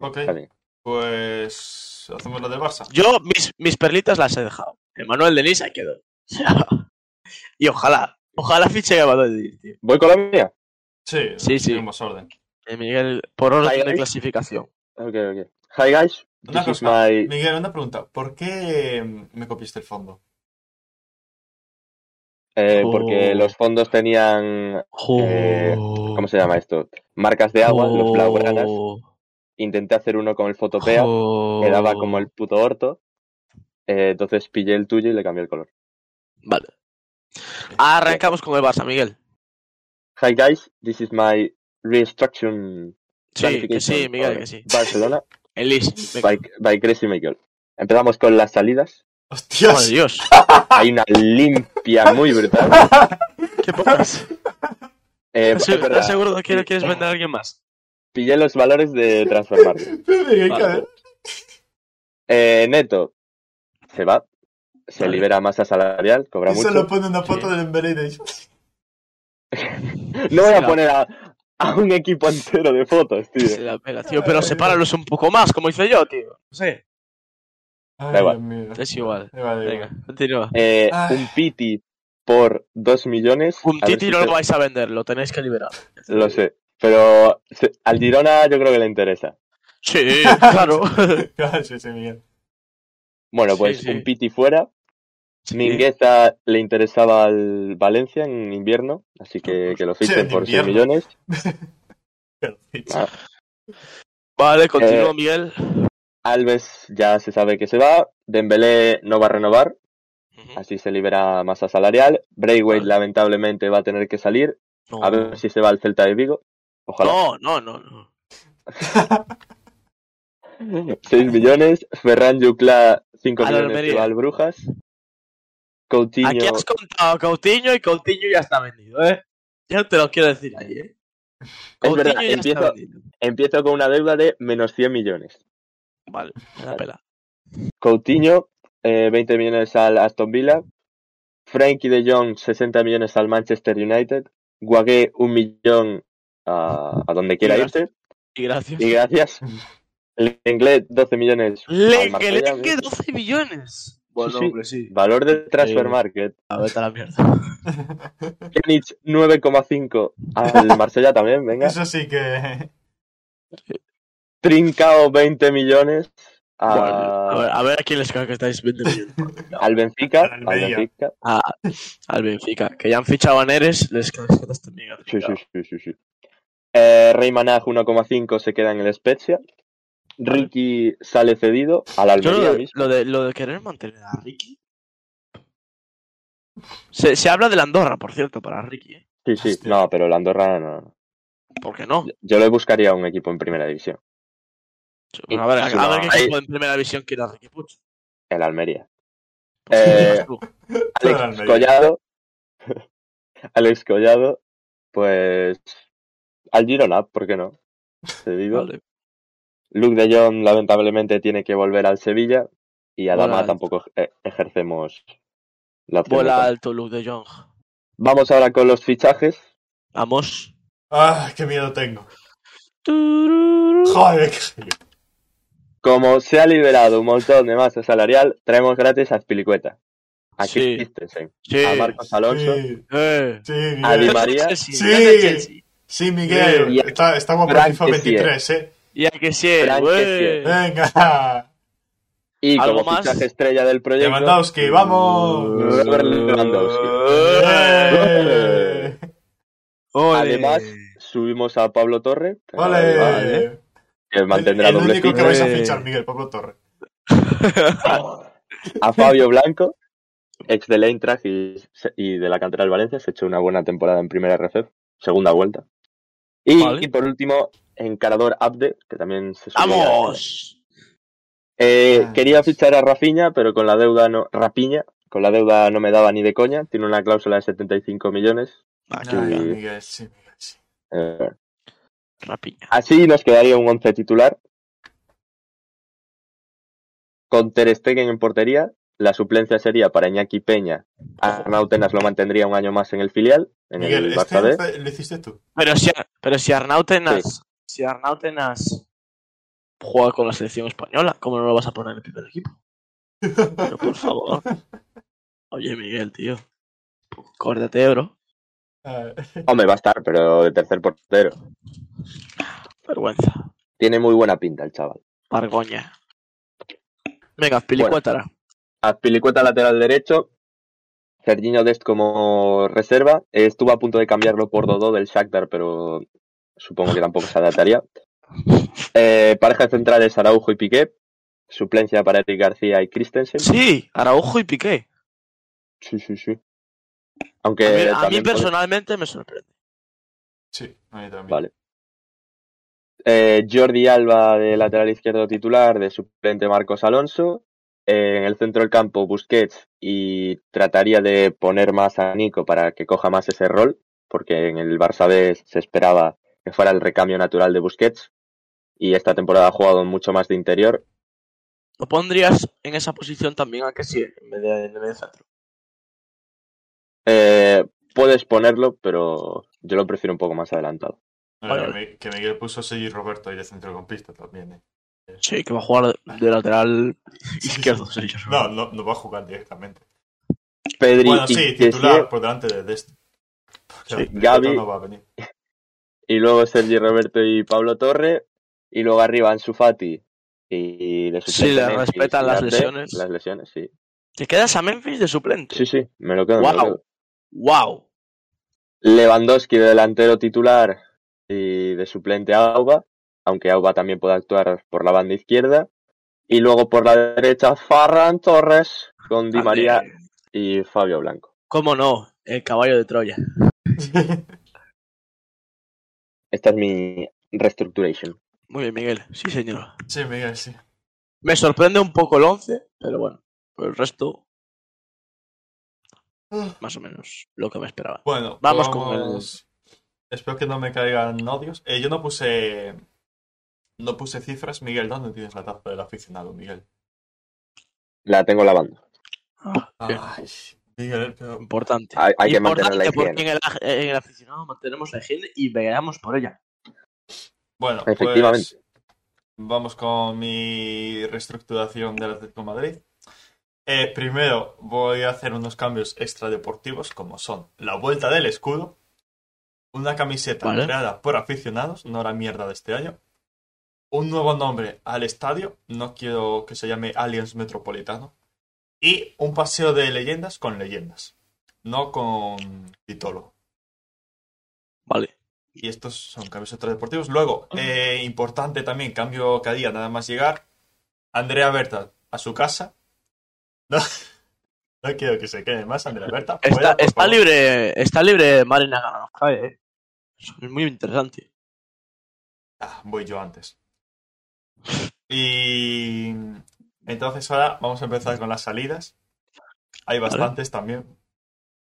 Ok, Vale. pues hacemos lo del Barça. Yo mis, mis perlitas las he dejado. Emanuel Denis ahí quedó. O sea, y ojalá, ojalá fiche a Emanuel Denis, tío. ¿Voy Colombia? Sí, Sí, sí. tenemos orden. Eh, Miguel, por orden Ahí, de ahí. clasificación. Ok, ok. Hi guys, Una this is cosa, my... Miguel, una pregunta. ¿Por qué mm, me copiaste el fondo? eh, porque Oh. los fondos tenían... Eh, ¿Cómo se llama esto? Marcas de agua, Oh. los blaugranas. Intenté hacer uno con el fotopea, Oh. quedaba como el puto orto. Eh, entonces pillé el tuyo y le cambié el color. Vale. Arrancamos con el Barça, Miguel. Hi guys, this is my restructuring Sí, que sí, planification Miguel, of que sí. Barcelona Elis. venga. by, by Crazy Michael. Empezamos con las salidas. ¡Hostias! Madre Oh, Dios. ¡Ah! Hay una limpia muy brutal. ¿Qué pocas? Eh, ¿Estás es verdad, estás seguro que no quieres vender a alguien más? pillé los valores de transformar. Pero Miguel, Vale. cabrón. Eh, Neto se va, se Vale. libera masa salarial, cobra Y solo mucho. pone una foto Sí. del Embere y dice, No voy Se a la- poner a, a un equipo entero de fotos, Se tío. la pega, tío. Pero sepáralos un poco más, como hice yo, tío. No sé. Ay, Da igual. Dios mío. Es igual. Da igual, da Venga, igual. continúa. Eh, Ay. un Piti por 2 millones. Un A ver Titi si no se- lo vais a vender, lo tenéis que liberar. Lo sé. Pero se- al Girona yo creo que le interesa. Sí, claro. Claro, sí, sí, Miguel. Bueno, Sí, pues sí. un Piti fuera. Sí. Mingueza le interesaba al Valencia en invierno, así que, que lo Sí, fichen en por 100 invierno. millones. Vale, continúa, Eh, Miguel. Alves ya se sabe que se va. Dembélé no va a renovar, Ujú. así se libera masa salarial. Braithwaite Vale. lamentablemente va a tener que salir. A Oh. ver si se va al Celta de Vigo. Ojalá. No, no, no, no. 6 millones. Ferran Yucla, 5 Al millones. Se Almería. va al Brujas. Coutinho. Aquí has contado Coutinho y Coutinho ya está vendido, ¿eh? Yo te lo quiero decir ahí, ¿eh? Coutinho verdad, ya empiezo- está vendido. Empiezo con una deuda de menos 100 millones. Vale, me da pela. Coutinho, eh, 20 millones al Aston Villa. Frankie de Jong, 60 millones al Manchester United. Guagué, un millón a, a donde quiera Y irse. Y gracias. Y gracias. Inglés, 12 millones. al Le que Marsella, le que 12 millones. Bueno, sí. hombre, sí. Valor de transfer Eh. market. A ver, a la mierda. Pjanic, 9,5 al Marsella también, venga. Eso sí que... Trincao, 20 millones a- Bueno, a, ver, a ver a quién les cago que estáis 20 millones. al Benfica. Al Al Almería. Benfica. A, al Benfica, que ya han fichado a Neres, les cago que estás también. Sí, sí, sí, sí, sí. Eh, Rey Manaj 1,5 se queda en el Spezia. Ricky sale cedido al Yo Almería lo de, mismo. lo de, lo de querer mantener a Ricky. Se, se habla de la Andorra, por cierto, para Ricky, ¿eh? Sí, sí, Hostia. no, pero el Andorra no, no. ¿Por qué no? Yo le buscaría un equipo en primera división. A ver, a, Sí, a no, ver qué ahí- equipo en primera división quiere a Ricky Puch. El Almería. Por si Eh, dices tú. Pero Alex Almería. Collado. Alex Collado, pues. Al Girona, ¿por qué no? Cedido. Vale. Luke de Jong lamentablemente tiene que volver al Sevilla y a Vuela Dama alto. tampoco eh, ejercemos la opción. de Vuela compra. alto Luke de Jong. Vamos ahora con los fichajes. Vamos. ¡Ah, qué miedo tengo! Tururú. ¡Joder, qué miedo! Como se ha liberado un montón de masa salarial, traemos gratis a Spilicueta, a Sí. Chris Christensen, Sí. a Marcos Alonso, Sí, Eh. sí, A Di Miguel. Mar- María. Sí. Sí. Chelsea. Sí, Miguel. Y a- Está, estamos por Frank FIFA que sí, 23, ¿eh? Ya que sí, Frank güey. ¡Venga! y ¿Algo como más? fichaje estrella del proyecto, Lewandowski, Uh, vamos. Robert Lewandowski. ¡Eh! Ole. Además, subimos a Pablo Torre, que, ¡Ole! Vale. que El, mantendrá el doble único que ficha, vais a Eh. fichar, Miguel Pablo Torre. a Fabio Blanco, ex del Eintracht y, y de la cantera del Valencia, se ha hecho una buena temporada en primera RC, segunda vuelta. Y, Vale. y por último, encarador Abde, que también se subió. Vamos. Eh, Ah. quería fichar a Rafiña, pero con la deuda no. Rapiña, con la deuda no me daba ni de coña. Tiene una cláusula de 75 millones. Ah, Ay, Sí. Miguel, sí, Miguel, sí. Eh, Rapiña. así nos quedaría un once titular. con Ter Stegen en portería, la suplencia sería para Iñaki Peña. Arnau Tenas lo mantendría un año más en el filial, en Miguel, el este Barça B. fue- lo hiciste tú. Pero si, Ar- pero si Arnautenas. Si Arnautenas juega con la selección española, ¿cómo no lo vas a poner en el primer equipo? Pero por favor. Oye, Miguel, tío. Córdate, bro. Ah, Hombre, va a estar, pero de tercer portero. Vergüenza. Tiene muy buena pinta el chaval. Pargoña. Venga, Pili, Bueno. cuéntala. Azpilicueta lateral derecho. Serginho Dest como reserva. Estuvo a punto de cambiarlo por Dodó del Shakhtar, pero supongo que tampoco se adaptaría. Eh, pareja central es Araujo y Piqué. Suplencia para Eric García y Christensen. Sí, Araujo y Piqué. Sí, sí, sí. A Aunque mí, a mí también pone- personalmente me sorprende. sí, a mí también. Vale. Eh, Jordi Alba de lateral izquierdo titular, de suplente Marcos Alonso. Eh, en el centro del campo Busquets y trataría de poner más a Nico para que coja más ese rol, porque en el Barça B se esperaba que fuera el recambio natural de Busquets y esta temporada ha jugado mucho más de interior. ¿Lo pondrías en esa posición también a que sí, en vez de en el medio centro? Eh, puedes ponerlo, pero yo lo prefiero un poco más adelantado. Bueno, Vale, que, Mi- que Miguel puso a seguir Roberto y de centrocampista también. ¿eh? Sí, que va a jugar de lateral izquierdo, señor. No, no, no va a jugar directamente. Pedri Bueno, sí, y Kessie, titular por delante de este. Dest. Sí, Porque Gavi- no va a venir. y luego Sergi Roberto y Pablo Torre, y luego arriba Ansu Fati. Y de Sí, suplente le Memphis respetan y las Arte. lesiones. Las lesiones, sí. ¿Te quedas a Memphis de suplente? Sí, sí, me lo quedo. me lo Guau. quedo. ¡Wow! Lewandowski de delantero titular y de suplente Auba, aunque Auba también puede actuar por la banda izquierda. Y luego por la derecha Farran Torres con Ah, Di María y Fabio Blanco. ¿Cómo no? El caballo de Troya. Esta es mi restructuration. Muy bien, Miguel. Sí, señor. Sí, Miguel, sí. Me sorprende un poco el 11, pero bueno, por el resto, más o menos lo que me esperaba. Bueno, Vamos con Espero que no me caigan odios. Eh, yo no puse. No puse cifras. Miguel, ¿dónde tienes la taza del aficionado, Miguel? La tengo lavando. Ah, bien. Ay, Miguel, pero. Importante. Hay, hay que mantener la Importante porque higiene. en el, en el aficionado mantenemos la higiene y veamos por ella. Bueno, Efectivamente. pues vamos con mi reestructuración del Atlético de Madrid. Eh, primero voy a hacer unos cambios extradeportivos como son la vuelta del escudo, una camiseta Vale. creada por aficionados, no la mierda de este año, un nuevo nombre al estadio, no quiero que se llame Allianz Metropolitano, y un paseo de leyendas con leyendas, no con título. Vale. Y estos son cambios extradeportivos. Luego, eh, importante también, cambio cada día, nada más llegar. Andrea Berta a su casa. No, no quiero que se quede más, Andrea Berta. fuera, Está, por está favor. libre, está libre Marina Granovskaya, eh. Eso es muy interesante. Ah, voy yo antes. Y entonces ahora vamos a empezar con las salidas. Hay Vale. bastantes también.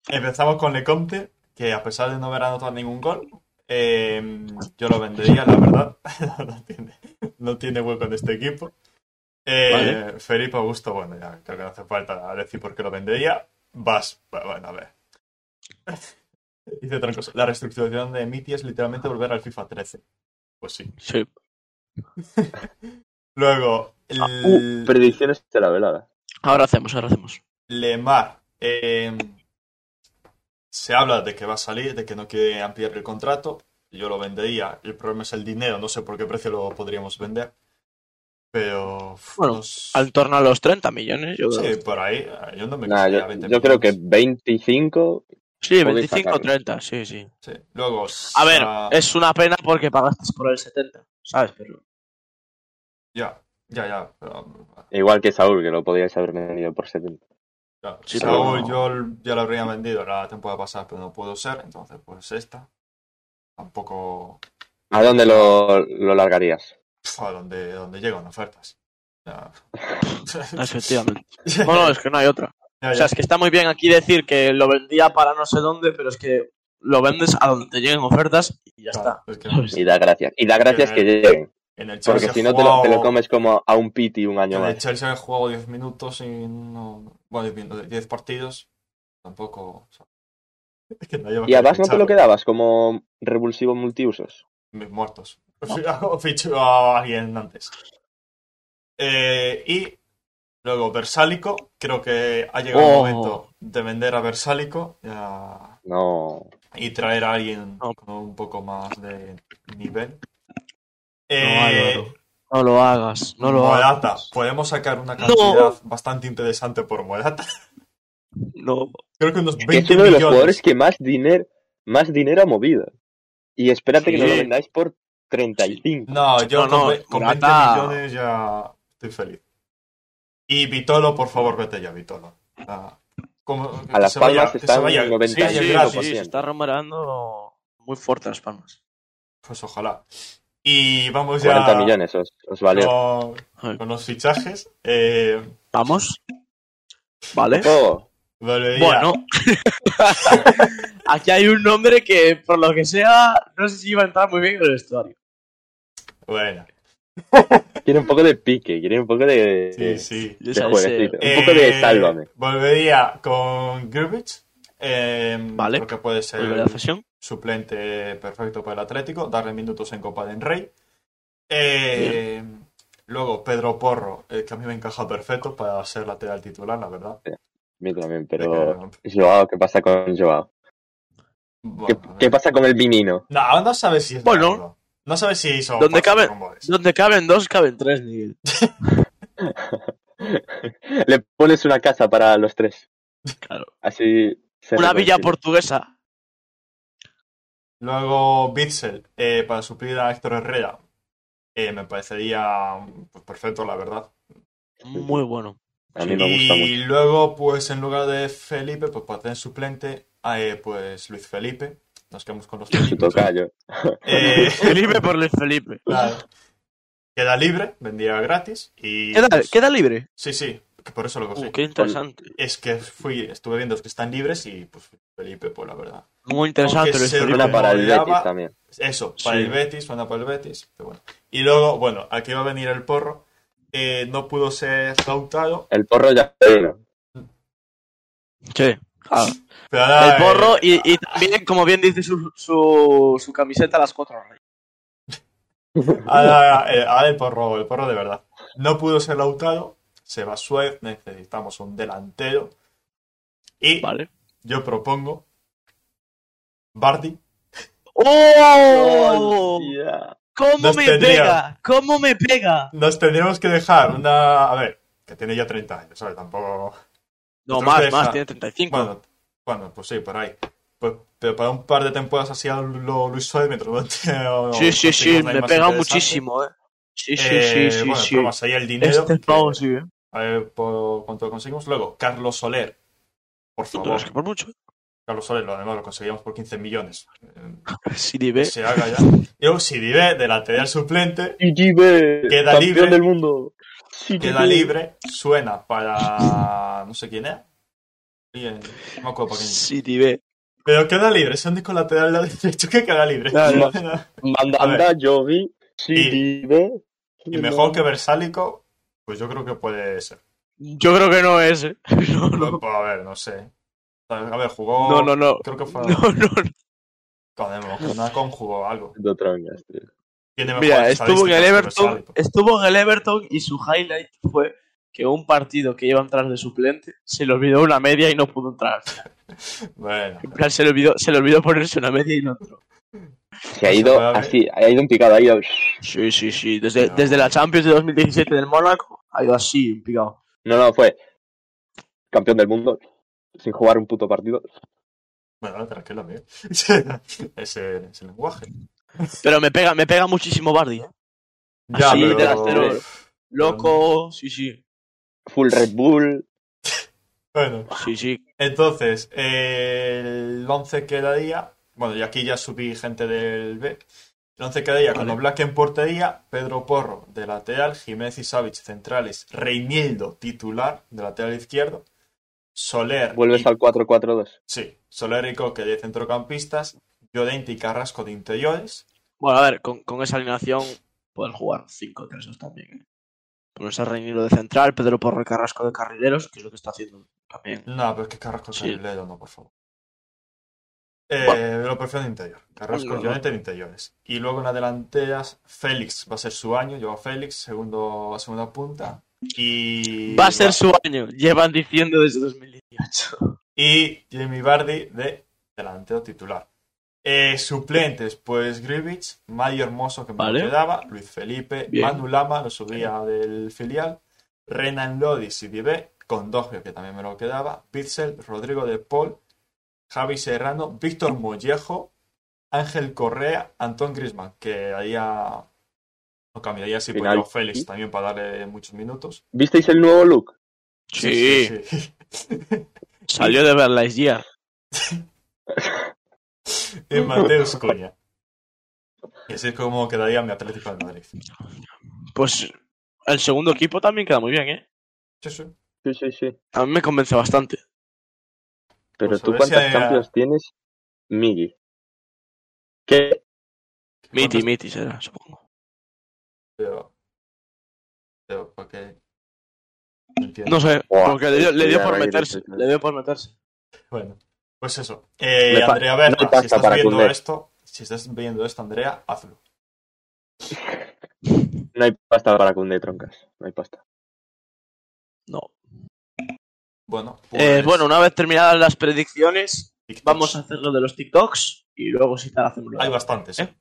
Empezamos con Lecomte, que a pesar de no haber anotado ningún gol, eh, yo lo vendería, la verdad. no, tiene, no tiene hueco en este equipo. Eh, Vale. Felipe Augusto, bueno, ya creo que no hace falta decir por qué lo vendería. Vas, bueno, a ver. Dice otra cosa. La reestructuración de Miti es literalmente volver al FIFA 13. Pues sí. Sí. Luego, Ah, Eh, el- uh, Predicciones Uh, de la velada. Ahora hacemos, ahora hacemos. Lemar. eh, se habla de que va a salir, de que no quiere ampliar el contrato. Yo lo vendería. El problema es el dinero. No sé por qué precio lo podríamos vender. Pero. uf, Bueno, no sé. Al torno a los 30 millones, yo creo. Sí, por ahí. eh, Yo no pues me Nah, quedaría yo, 20 yo creo que millones. 25 Sí, Podéis 25 o sacarlo. 30, sí, sí. Sí. Luego. ah, A ver, Sa- es una pena porque pagaste por el 70, ¿sabes? Pero Ya, ya, ya. pero, Igual que Saúl, que lo podíais haber vendido por 70. ya. Sí, Saúl, pero- yo l- ya lo habría vendido la temporada pasada, pero no pudo ser. Entonces, pues esta. Tampoco. ¿A dónde lo, lo largarías? pf, a donde, donde llegan ofertas. Ya. efectivamente. Bueno, es que no hay otra. Ya, O ya. sea, es que está muy bien aquí decir que lo vendía para no sé dónde, pero es que lo vendes a donde te lleguen ofertas y ya está. Claro, es que- ¿Sabes? Eh, Y da gracias. Y da gracias que lleguen. En el Chelsea Porque si no te lo, jugó- te lo comes como a un piti un año en el más. Chelsea he jugado 10 minutos y no. Bueno, 10 minutos, 10 partidos. Tampoco. o sea, es que no lleva ¿Y a Bas no te ficharlo. lo quedabas como revulsivo multiusos? mis muertos. O ficho a alguien antes. Eh, y luego Versálico. Creo que ha llegado Oh. el momento de vender a Versálico y, a- No. y traer a alguien No. con un poco más de nivel. Eh, Álvaro. No lo hagas, no lo Morata. hagas. Podemos sacar una cantidad bastante interesante por Morata. No, Creo que unos Que Es 20 uno de los millones. jugadores que más dinero, más dinero ha movido. Y espérate que no Sí. lo vendáis por 35. No, yo No, no, con, ve- con 20 Morata. millones ya estoy feliz. Y Vitolo, por favor, vete ya, Vitolo. Ah, como- que Las se vaya- Palmas que se están vaya- en sí, 91%. sí, sí, gratis. sí, se está remarando muy fuerte las palmas. Pues ojalá. Y vamos ya 40 millones os, os valió. con, con los fichajes. Eh, ¿Vamos? ¿Vale? Oh, volvería- Bueno. Aquí hay un nombre que, por lo que sea, no sé si iba a entrar muy bien en el vestuario. Bueno, quiere un poco de pique, quiere un poco de, sí, sí. de O sea, ese- jueguecito. Eh, Un poco de Eh, sálvame. Volvería con Grubich. Vale. Creo que puede ser ¿Volverá a cesión? suplente perfecto para el Atlético, darle minutos en Copa del Rey. Eh, luego, Pedro Porro, eh, que a mí me encaja perfecto para ser lateral titular, la verdad. Yo también, pero... Porque, Joao, ¿qué pasa con Joao? ¿Qué, bueno, qué pasa con el vinino? no, no sabes si es Bueno. largo. no sabes si son ¿Dónde falsos cabe? rumores. Donde caben dos, caben tres, Miguel. Le pones una casa para los tres. Claro. Así... se Una villa reconcilia. portuguesa. Luego, Bitzel, eh, para suplir a Héctor Herrera, eh, me parecería pues, perfecto, la verdad. Muy bueno. A mí me gusta mucho. y luego, pues en lugar de Felipe, pues para tener suplente, eh, pues Luis Felipe. Nos quedamos con los Su técnicos. tocayo. Eh, Felipe por Luis Felipe. Claro. Queda libre, vendía gratis y... Queda, pues, queda libre. Sí, sí, que por eso lo cogí. Uh, qué interesante. Es que fui, estuve viendo que están libres y pues Felipe, pues la verdad. Muy interesante Aunque Luis se Felipe. Una para el Moleaba. Betis también. Eso, para Sí. el Betis, suena para el Betis, pero bueno. Y luego, bueno, aquí va a venir el porro. Eh, no pudo ser Lautaro, El porro ya... bueno, Sí. claro. pero ahora... El porro y, y también, como bien dice su, su, su camiseta, las cuatro reyes. eh, ahora, eh, ahora el porro, el porro de verdad. No pudo ser Lautaro, se va Suez, necesitamos un delantero. Y Vale. yo propongo... Bardi. ¡Oh! Hostia. ¿Cómo Nos me tendría. pega? ¿Cómo me pega? Nos tendríamos que dejar una. A ver, que tiene ya 30 años, ¿sabes? Tampoco. No, Nosotros más, deja- más, tiene 35. Bueno, bueno, pues sí, por ahí. Pues, pero para un par de temporadas así a lo Luis Suárez, mientras no tenga- sí, sí, sí, consigamos nadie me más pega interesante. muchísimo, eh. Sí, sí, Eh, sí, sí, bueno, sí. pero más allá el dinero. Este que- pavo sí, eh. A ver por cuánto conseguimos. Luego, Carlos Soler. Por No, pero favor, es que por mucho. Carlos Soler, lo además lo conseguíamos por 15 millones. Eh, Si ni ve. Se haga ya. Y luego, Sidibe, de lateral suplente. IGB, Queda campeón libre. del mundo. Sí, Queda IGB. libre, suena para. No sé quién es. Bien, no me acuerdo para quién. Si ni ve. Pero queda libre, es un disco lateral de derecho que queda libre. Claro. Manda, A ver. anda, Yogi. Sí, Y- IGB. y mejor que Versálico, pues yo creo que puede ser. Yo creo que no es, eh. No, no. Pues, a ver, no sé. A ver, jugó. No, no, no. Creo que fue. No, no, no. Con Monacón jugó algo. No trangas, tío. Tiene mejor Mira, estuvo en el Everton, Versálico. estuvo en el Everton y su highlight fue que un partido que iba a entrar de suplente se le olvidó una media y no pudo entrar. Bueno, En plan, se le olvidó, se le olvidó ponerse una media y no entró. Se ha ido Vale. así, ha ido en picado, ha ido. Sí, sí, sí. Desde, No. desde la Champions de 2017 del Mónaco ha ido así, en picado. No, no, fue campeón del mundo sin jugar un puto partido. bueno, tranquilo, amigo. ese, ese lenguaje. Pero me pega, me pega muchísimo Bardi. ¿eh? Ya, Así, pero- delantero. Loco, sí, sí. Full Red Bull. Bueno. Sí, sí. Entonces, eh, el 11 quedaría. Bueno, y aquí ya subí gente del B. El 11 quedaría con Vale. Oblak en portería, Pedro Porro de lateral, Jiménez y Savic centrales, Reinildo titular de lateral izquierdo, Soler. Vuelves y, al 4-4-2. Sí, Soler y Coque de centrocampistas, Llorente y Carrasco de interiores. Bueno, a ver, con, con esa alineación poder jugar 5-3-2 también. ¿eh? Ponerse a Reñiro de central, Pedro Porro y Carrasco de carrileros, que es lo que está haciendo también. No, pero es que Carrasco es Sí. carrilero, no, por favor. Eh, Lo prefiero en interior. Carrasco, Bueno. yo en interiores. Y luego en las delanteras, Félix va a ser su año. Yo a Félix, segundo, a segunda punta. Y. Va a ser su año, llevan diciendo desde 2018. Y Jamie Bardi de delantero titular. Eh, suplentes, pues Grivich, Mario Hermoso que me Vale. quedaba, Luis Felipe, Bien. Manu Lama, lo subía del filial, Renan Lodis y Dibé, Condogio que también me lo quedaba, Bitzel, Rodrigo de Paul, Javi Serrano, Víctor Mollejo, Ángel Correa, Antón Grisman, que haría lo cambiaría así por Final. Joao Félix también para darle muchos minutos. ¿Visteis el nuevo look? sí, sí. salió de ver la IGA. y Eh, Mateus Cunha. Y así es como quedaría mi Atlético de Madrid. Pues el segundo equipo también queda muy bien, ¿eh? Sí, sí. Sí, sí, sí. A mí me convence bastante. Pero Pues a tú ver si cuántas hay- Champions tienes, Migi. ¿Qué? Miti, ¿Cuántos- Miti será, supongo. Pero, pero ¿por qué? No entiendo. No sé, Buah, porque le dio, le esto dio ya por no hay meterse. directo, ¿no? Le dio por meterse. Bueno, pues eso. Eh, Le pa- Andrea no hay Berta, pasta si estás para viendo Koundé. esto, si estás viendo esto, Andrea, hazlo. No hay pasta para Cunde Troncas. No hay pasta. No. Bueno, Eh, pues, bueno, una vez terminadas las predicciones, TikToks. vamos a hacer lo de los TikToks y luego si tal hacemos lo de- Hay bastantes. ¿Eh?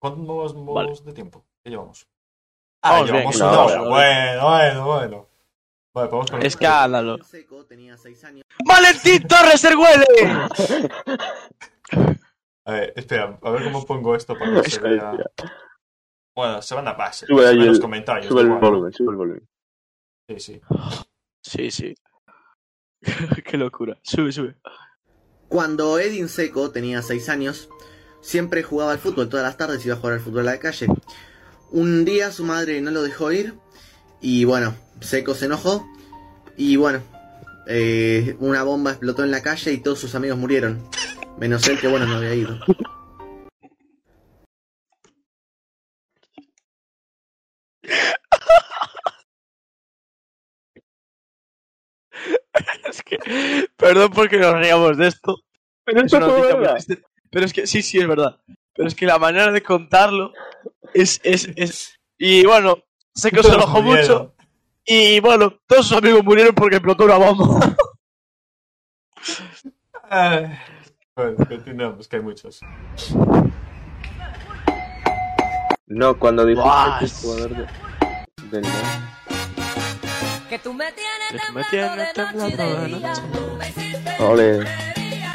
¿Cuántos Vale. de tiempo? ¿Qué llevamos? Ah, Vamos bien, llevamos que una no, hora. no. Bueno, bueno, bueno. Vale, podemos con- Escándalo. Seco tenía seis años. ¡Valentín Torres Erguele! A ver, espera, a ver cómo pongo esto para que se vea. Hostia, Bueno, se van a base. Sube se ahí ven los el- comentarios. Sube el igual. volumen, sube el volumen. Sí, sí. Sí, sí. Qué locura. Sube, sube. Cuando Edin Seco tenía 6 años, siempre jugaba al fútbol, todas las tardes iba a jugar al fútbol a la calle. Un día su madre no lo dejó ir y bueno, Seco se enojó y bueno, eh, una bomba explotó en la calle y todos sus amigos murieron. Menos él que bueno, no había ido. Es que, perdón porque nos reíamos de esto. Pero Es una noticia muy triste. Pero es que, sí, sí, es verdad. Pero es que la manera de contarlo es. es, es... Y bueno, sé que se enojó mucho. Miedo. Y bueno, todos sus amigos murieron porque explotó una bomba. Ay. Bueno, continuamos, que hay muchos. No, cuando dijiste Buah, que es es- jugador de... del Madrid. Que tú me tienes Que tú me temblando de noche tienes y temblando de Oh. de día. Me hiciste Ole. brujería.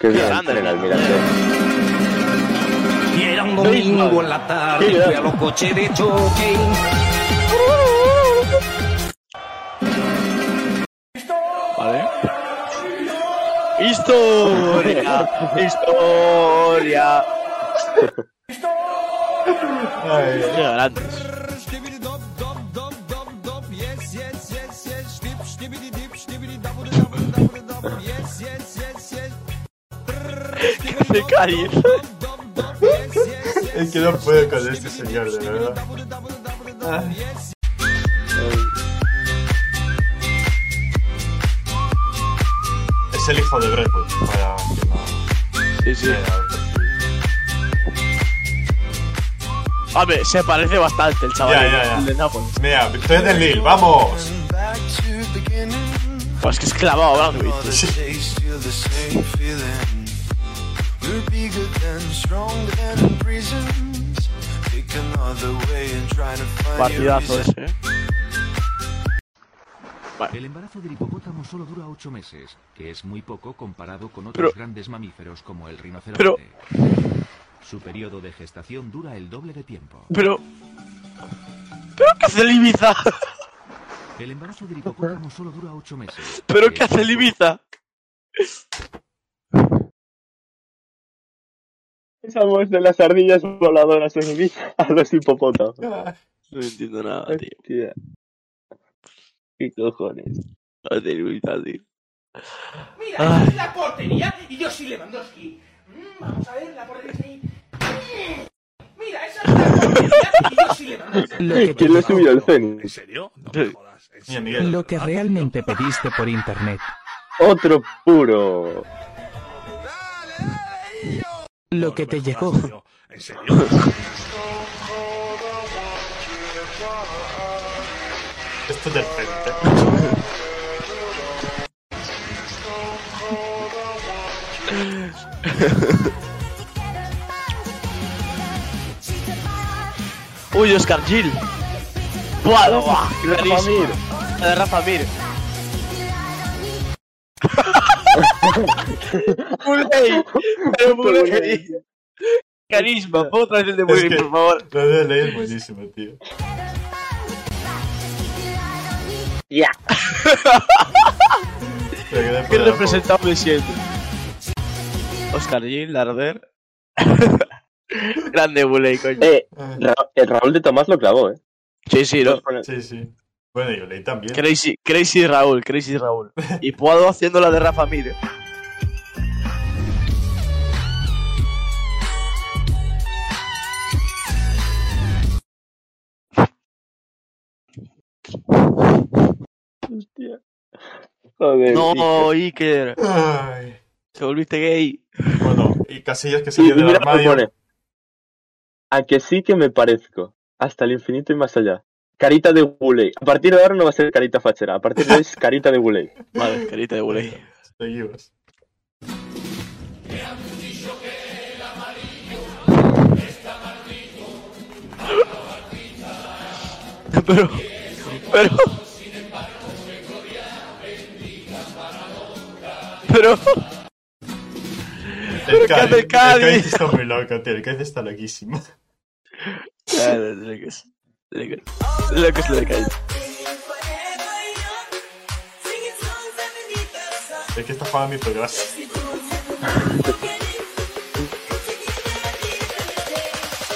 Qué bien, Grande, en el grande. Almirante. Y era un domingo en la tarde, Sí, ya. fui a los coches de choque. Vale. Historia. Historia. Ay, Qué grandes. De calle. es que no puedo con este señor, de verdad. Es el hijo de Brentwood, para que no Sí, sí. vea. A ver, se parece bastante el chaval. Ya, ya, ya. El de Nápoles. Mira, victoria del Lille, vamos. Pues que es clavado, Bradwick. Partidazo Partidazo ese, eh. El embarazo del hipopótamo solo dura 8 meses, que es muy poco comparado con otros Pero- grandes mamíferos como el rinoceronte. pero- Su periodo de gestación dura el doble de tiempo. Pero. ¿Pero qué hace el Ibiza? El embarazo del hipopótamo solo dura 8 meses. ¿Pero que qué es hace el muy Ibiza? Pasamos de las ardillas voladoras en Ibiza a los hipopótamos. No entiendo nada, tío. Hostia. ¿Qué cojones? No te Ibiza, tío. Mira, Ay. esa es la portería y yo soy Lewandowski. Mm, vamos a ver la portería. ahí. Mm. Mira, esa es la porquería que yo sí le conozco. ¿Quién le subió el Zenit? ¿En serio? No me Sí. jodas. ¿En Mira, serio? Miguel. Lo que realmente pediste por internet. Otro puro. Lo No, que no te me llegó. jodas, tío. ¿En serio? Esto es decente. Uy, Oscar Gil. Buah, no, buah, clarísimo. La de Rafa Mir. Murray. Pero Murray. Carisma, ¿puedo traer el de Murray, que- por favor? Lo de leer es buenísimo, tío. Ya. Me quedé Qué fuera de representable siento. pues, Oscar Gil, Larder. Grande Murray, coño. Eh, juego. Eh, Ra- el Raúl de Tomás lo clavó, ¿eh? Sí, sí, no. Sí, sí. Bueno, yo leí también. Crazy, Crazy Raúl, Crazy Raúl. Y Puado haciendo la de Rafa Mir. Hostia. Joder. No, Iker, Ay. te volviste gay. Bueno, y Casillas que Y, salió y del mira lo que armario. pone. A que sí que me parezco. Hasta el infinito y más allá. Carita de Guley. A partir de ahora no va a ser carita fachera. A partir de hoy es carita de Guley. Vale, carita de voley. Seguimos. Pero, pero. Pero, El ¿qué hace el Cádiz? Cádiz está muy loco, tío. El Cádiz está loquísimo. Claro, lo que es. Lo que es. Lo que es lo que hay. Es que está para mi programa.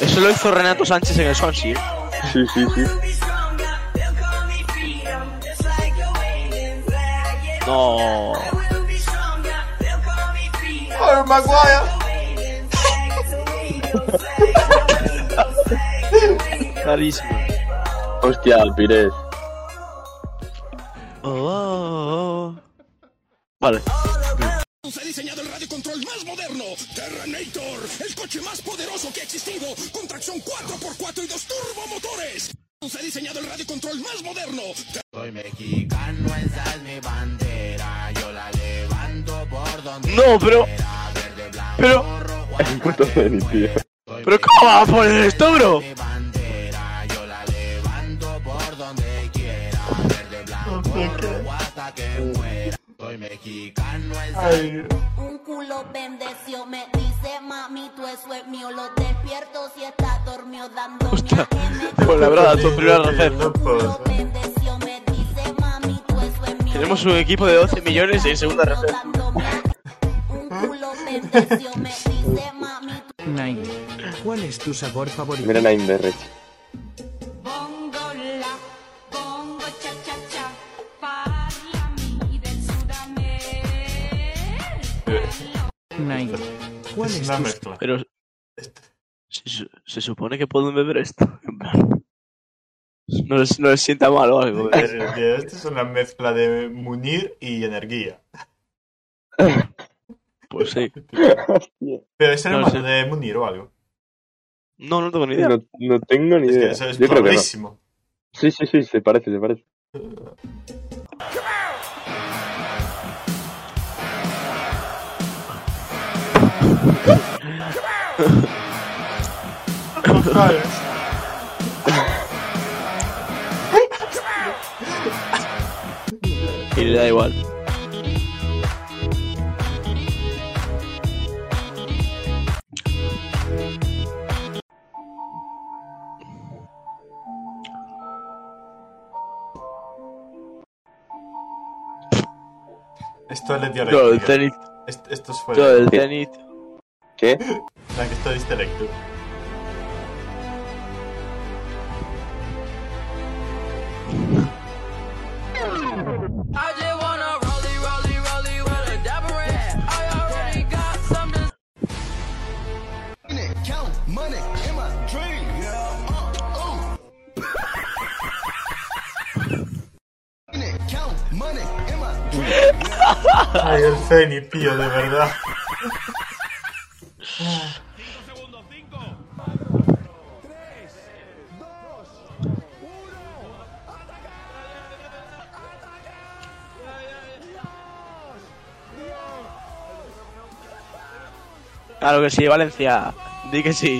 Eso lo hizo Renato Sánchez en el Swansea. ¿eh? Sí, sí, sí. No. ¡Oh, Maguire! Clarísimo. Hostia, Pires. Oh, oh, oh. Vale. He diseñado el radiocontrol más moderno, Terranator, el coche más poderoso que ha existido, con tracción 4x4 y dos turbomotores. He diseñado el radiocontrol más moderno. No, pero. Pero. Es un puto Zenit, tío. ¿Pero cómo va a poner esto, bro? Ay, Un culo bendeció, me dice mami, tú eso es mío. Lo despierto si está dormido dando Pues la verdad, tu primera razón. no puedo. Tenemos un equipo de 12 millones en segunda reserva. Nine. ¿Cuál es tu sabor favorito? Mira Naim de Rech. Nine. ¿Cuál Es es una tu mezcla. Pero. Este. Se, su- se supone que pueden beber esto. En plan. No les, no les sienta mal o algo. ¿eh? Eh, tío, Esto es una mezcla de Munir y energía. Pues sí. Hostia. Pero es el No, hermano sí. de Munir o algo. No, no tengo ni idea. No, no tengo ni Es que idea. eso es Yo creo que no. bravísimo. Sí, sí, sí, se parece, se parece. Y le da igual. Esto es Yo el dialéctica. tenis. Est- Esto es pues fuera. Yo el tenis. ¿Qué? La que está distalecto. Count money in my dream. uh, Ay, el Feni, tío, de verdad. Claro que sí, Valencia. Di que sí.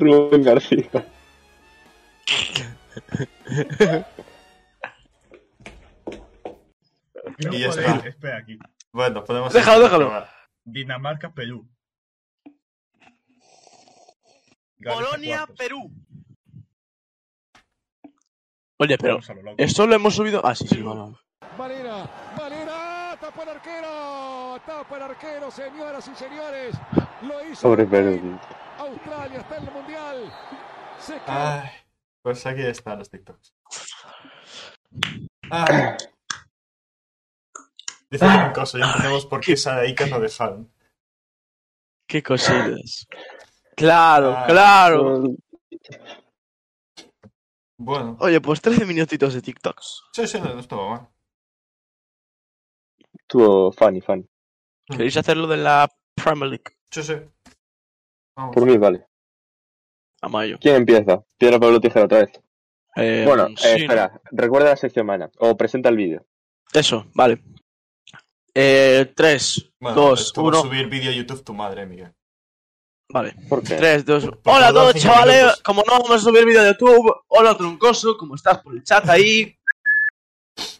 Rubén García. Y No ya podéis- está. Espera aquí. Bueno, podemos. Déjalo, déjalo. Dinamarca, Perú. Gales a Polonia, cuartos. Perú. Oye, pero. Vamos a lo loco. Esto lo hemos subido. Ah, sí, sí, bueno. Valera, Valera, tapa el arquero, tapa el arquero, señoras y señores. Lo hizo Pobre Perú. Australia, está en el mundial. Se Ay, pues aquí están los TikToks. Ah. Dicen Ah. una cosa, ya entendemos por qué Sara y Iker lo dejaron. Qué cosillas. Claro, Ah, Pues claro. Bueno, Oye, pues 13 minutitos de TikToks. sí, sí, no, no estuvo mal. Estuvo funny, funny. Ah. ¿Queréis hacerlo de la Premier League? Sí, sí. Vamos. Por mí, vale. A mayo. ¿Quién empieza? Piedra, Pablo, Tijera otra vez. Eh, bueno, eh, sí, ¿no? espera. Recuerda la sección mana. O presenta el vídeo. Eso, vale. Eh, 3, Bueno, 2, esto va a 1. subir vídeo a YouTube tu madre, Miguel. Vale. ¿Por qué? 3, 2, por Hola a tardar todos, cinco chavales. minutos. Como no vamos a subir vídeo de YouTube, hola Troncoso, ¿cómo estás por el chat ahí?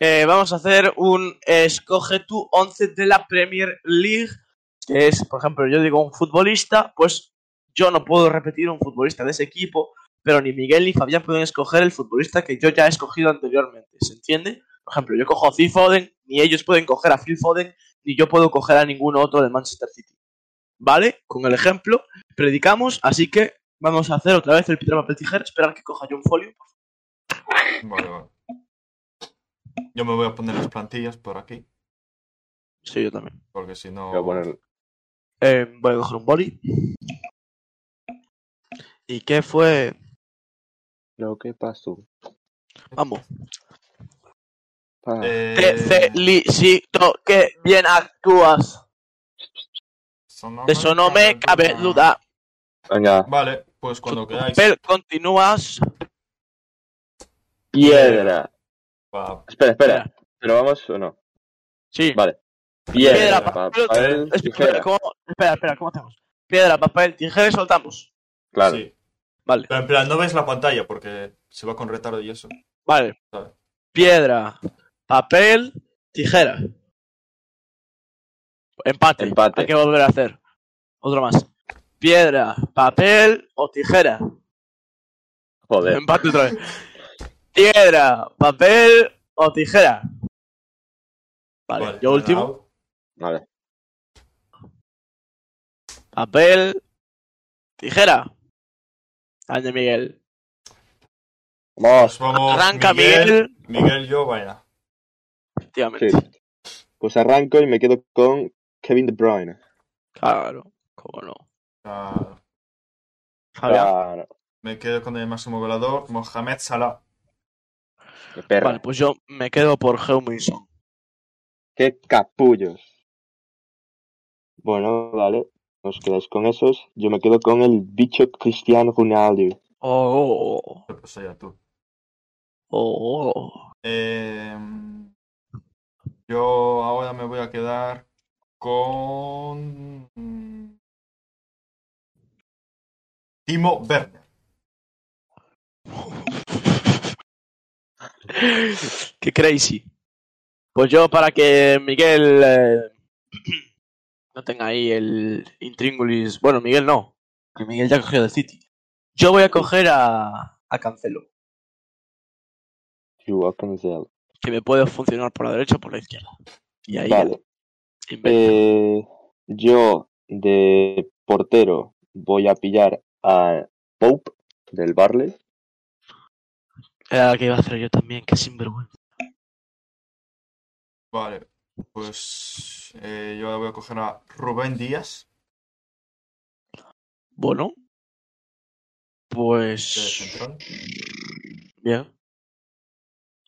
Eh, vamos a hacer un eh, escoge tu 11 de la Premier League. Que es, por ejemplo, yo digo un futbolista, pues yo no puedo repetir un futbolista de ese equipo, pero ni Miguel ni Fabián pueden escoger el futbolista que yo ya he escogido anteriormente. ¿Se entiende? Por ejemplo, yo cojo a Phil Foden, ni ellos pueden coger a Phil Foden, ni yo puedo coger a ninguno otro del Manchester City. ¿Vale? Con el ejemplo, predicamos, así que vamos a hacer otra vez el piedra, papel, tijera, esperar que coja yo un folio. Vale, vale. Yo me voy a poner las plantillas por aquí, Sí, yo también. porque si Voy a no. poner... Eh, voy a coger un boli. ¿Y qué fue? Lo que pasó. Vamos. Pa. Eh. eh, Te felicito, que bien actúas. De eso no me cabe duda. Venga. Vale, pues cuando queráis. Pero continúas. Piedra. Pa- Espera, espera. ¿Pero vamos o no? Sí. Vale. Piedra, Piedra, papel, papel, espera, tijera. ¿cómo- espera, espera, ¿cómo hacemos? Piedra, papel, tijera y soltamos. Claro. Sí. Vale. Pero en plan, no ves la pantalla porque se va con retardo y eso. Vale. Vale. Piedra, papel, tijera. Empate. Empate. Hay que volver a hacer. Otro más. Piedra, papel o tijera. Joder. Empate otra vez. Piedra, papel o tijera. Vale, Vale, pues yo último. ganado. Vale. Papel, tijera. Añe Miguel. Pues Vamos. vamos. Arranca, Oh, Miguel, yo, vaya. Efectivamente. Sí. Pues arranco y me quedo con Kevin De Bruyne. Claro, cómo no. Ah, Fabián. Claro. me quedo con el máximo goleador, Mohamed Salah. Qué perra. Vale, pues yo me quedo por Heuminson. Qué capullos. Bueno, vale. Os quedáis con esos. Yo me quedo con el bicho Cristiano Ronaldo. Oh, oh, Pues allá tú. oh, oh. Eh, yo ahora me voy a quedar con. Timo Werner. Qué crazy. Pues yo para que Miguel eh, no tenga ahí el intríngulis. Bueno, Miguel no. Que Miguel ya cogió del City. Yo voy a coger a, a Cancelo. You are Cancelo. Que me puede funcionar por la derecha o por la izquierda. Y ahí Vale. invento. Eh, yo de portero voy a pillar a Pope del Barley. Era lo Ah, que iba a hacer yo también, que sinvergüenza. Vale, pues eh, yo voy a coger a Rubén Díaz. Bueno, pues. Bien.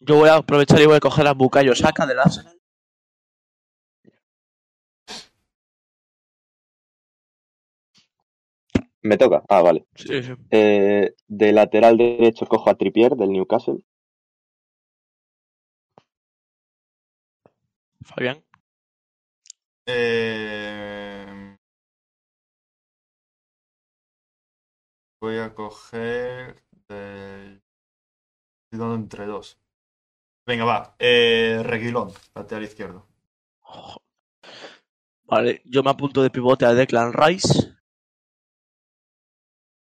Yo voy a aprovechar y voy a coger a Bukayo Saka del Arsenal. Me toca. Ah, vale. Sí, sí. Eh, de lateral derecho cojo a Trippier del Newcastle. Fabián. Eh, Voy a coger. de- Estoy dando entre dos. Venga, va. Eh, Reguilón, lateral izquierdo. Oh. Vale, yo me apunto de pivote a Declan Rice.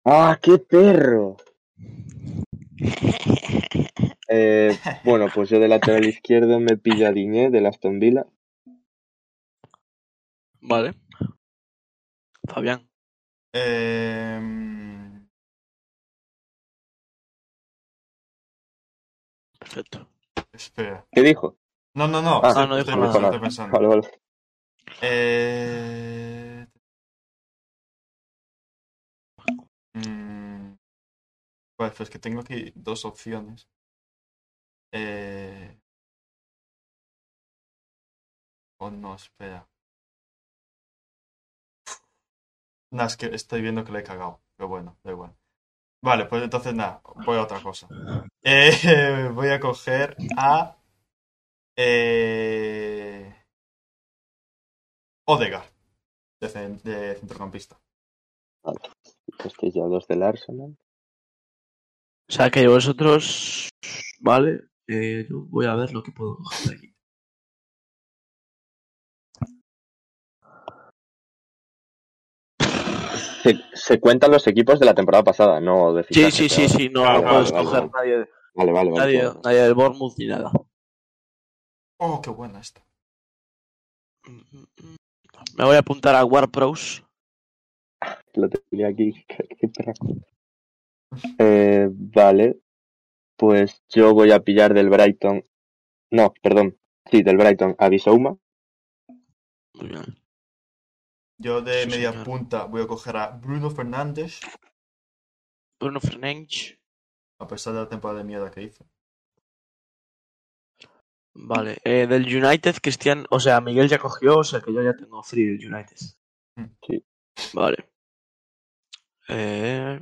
¡Ah, qué perro! Eh, bueno, pues yo de lateral izquierdo me pillo a Diñé del Aston Villa. Vale. Fabián. Em, Perfecto. espera. ¿Qué dijo? No, no, no. Ah, estoy, no estoy dijo pensando, nada. estoy pensando. Vale, vale. Eh... Mm, Pues, pues que tengo aquí dos opciones. Eh... Oh, no, espera. Nah, es que estoy viendo que le he cagado. Pero bueno, da igual. Vale, pues entonces nada, voy a otra cosa. Eh, voy a coger a... Eh... Odegaard, de, cen- de centrocampista. Vale. Pues que ya dos del Arsenal. O sea que vosotros. Vale. eh, yo voy a ver lo que puedo coger aquí. Se, se cuentan los equipos de la temporada pasada, no de Sí, fichajes sí, de sí, ahora. sí, no, Ah, Vale, no puedes vale, coger vale. nadie, Vale, vale, vale. nadie, nadie del Bournemouth ni nada. Oh, qué buena esta. Mm, Me voy a apuntar a Warpros. Lo tenía aquí. Qué traco. Eh, vale. Pues yo voy a pillar del Brighton. No, perdón. Sí, del Brighton a Bisouma. Muy bien. Yo de media punta voy a coger a Bruno Fernández, Bruno Fernandes. a pesar de la temporada de mierda que hizo. Vale. eh, del United, Cristian. O sea, Miguel ya cogió, o sea que yo ya tengo free del United. Sí. Vale. Eh,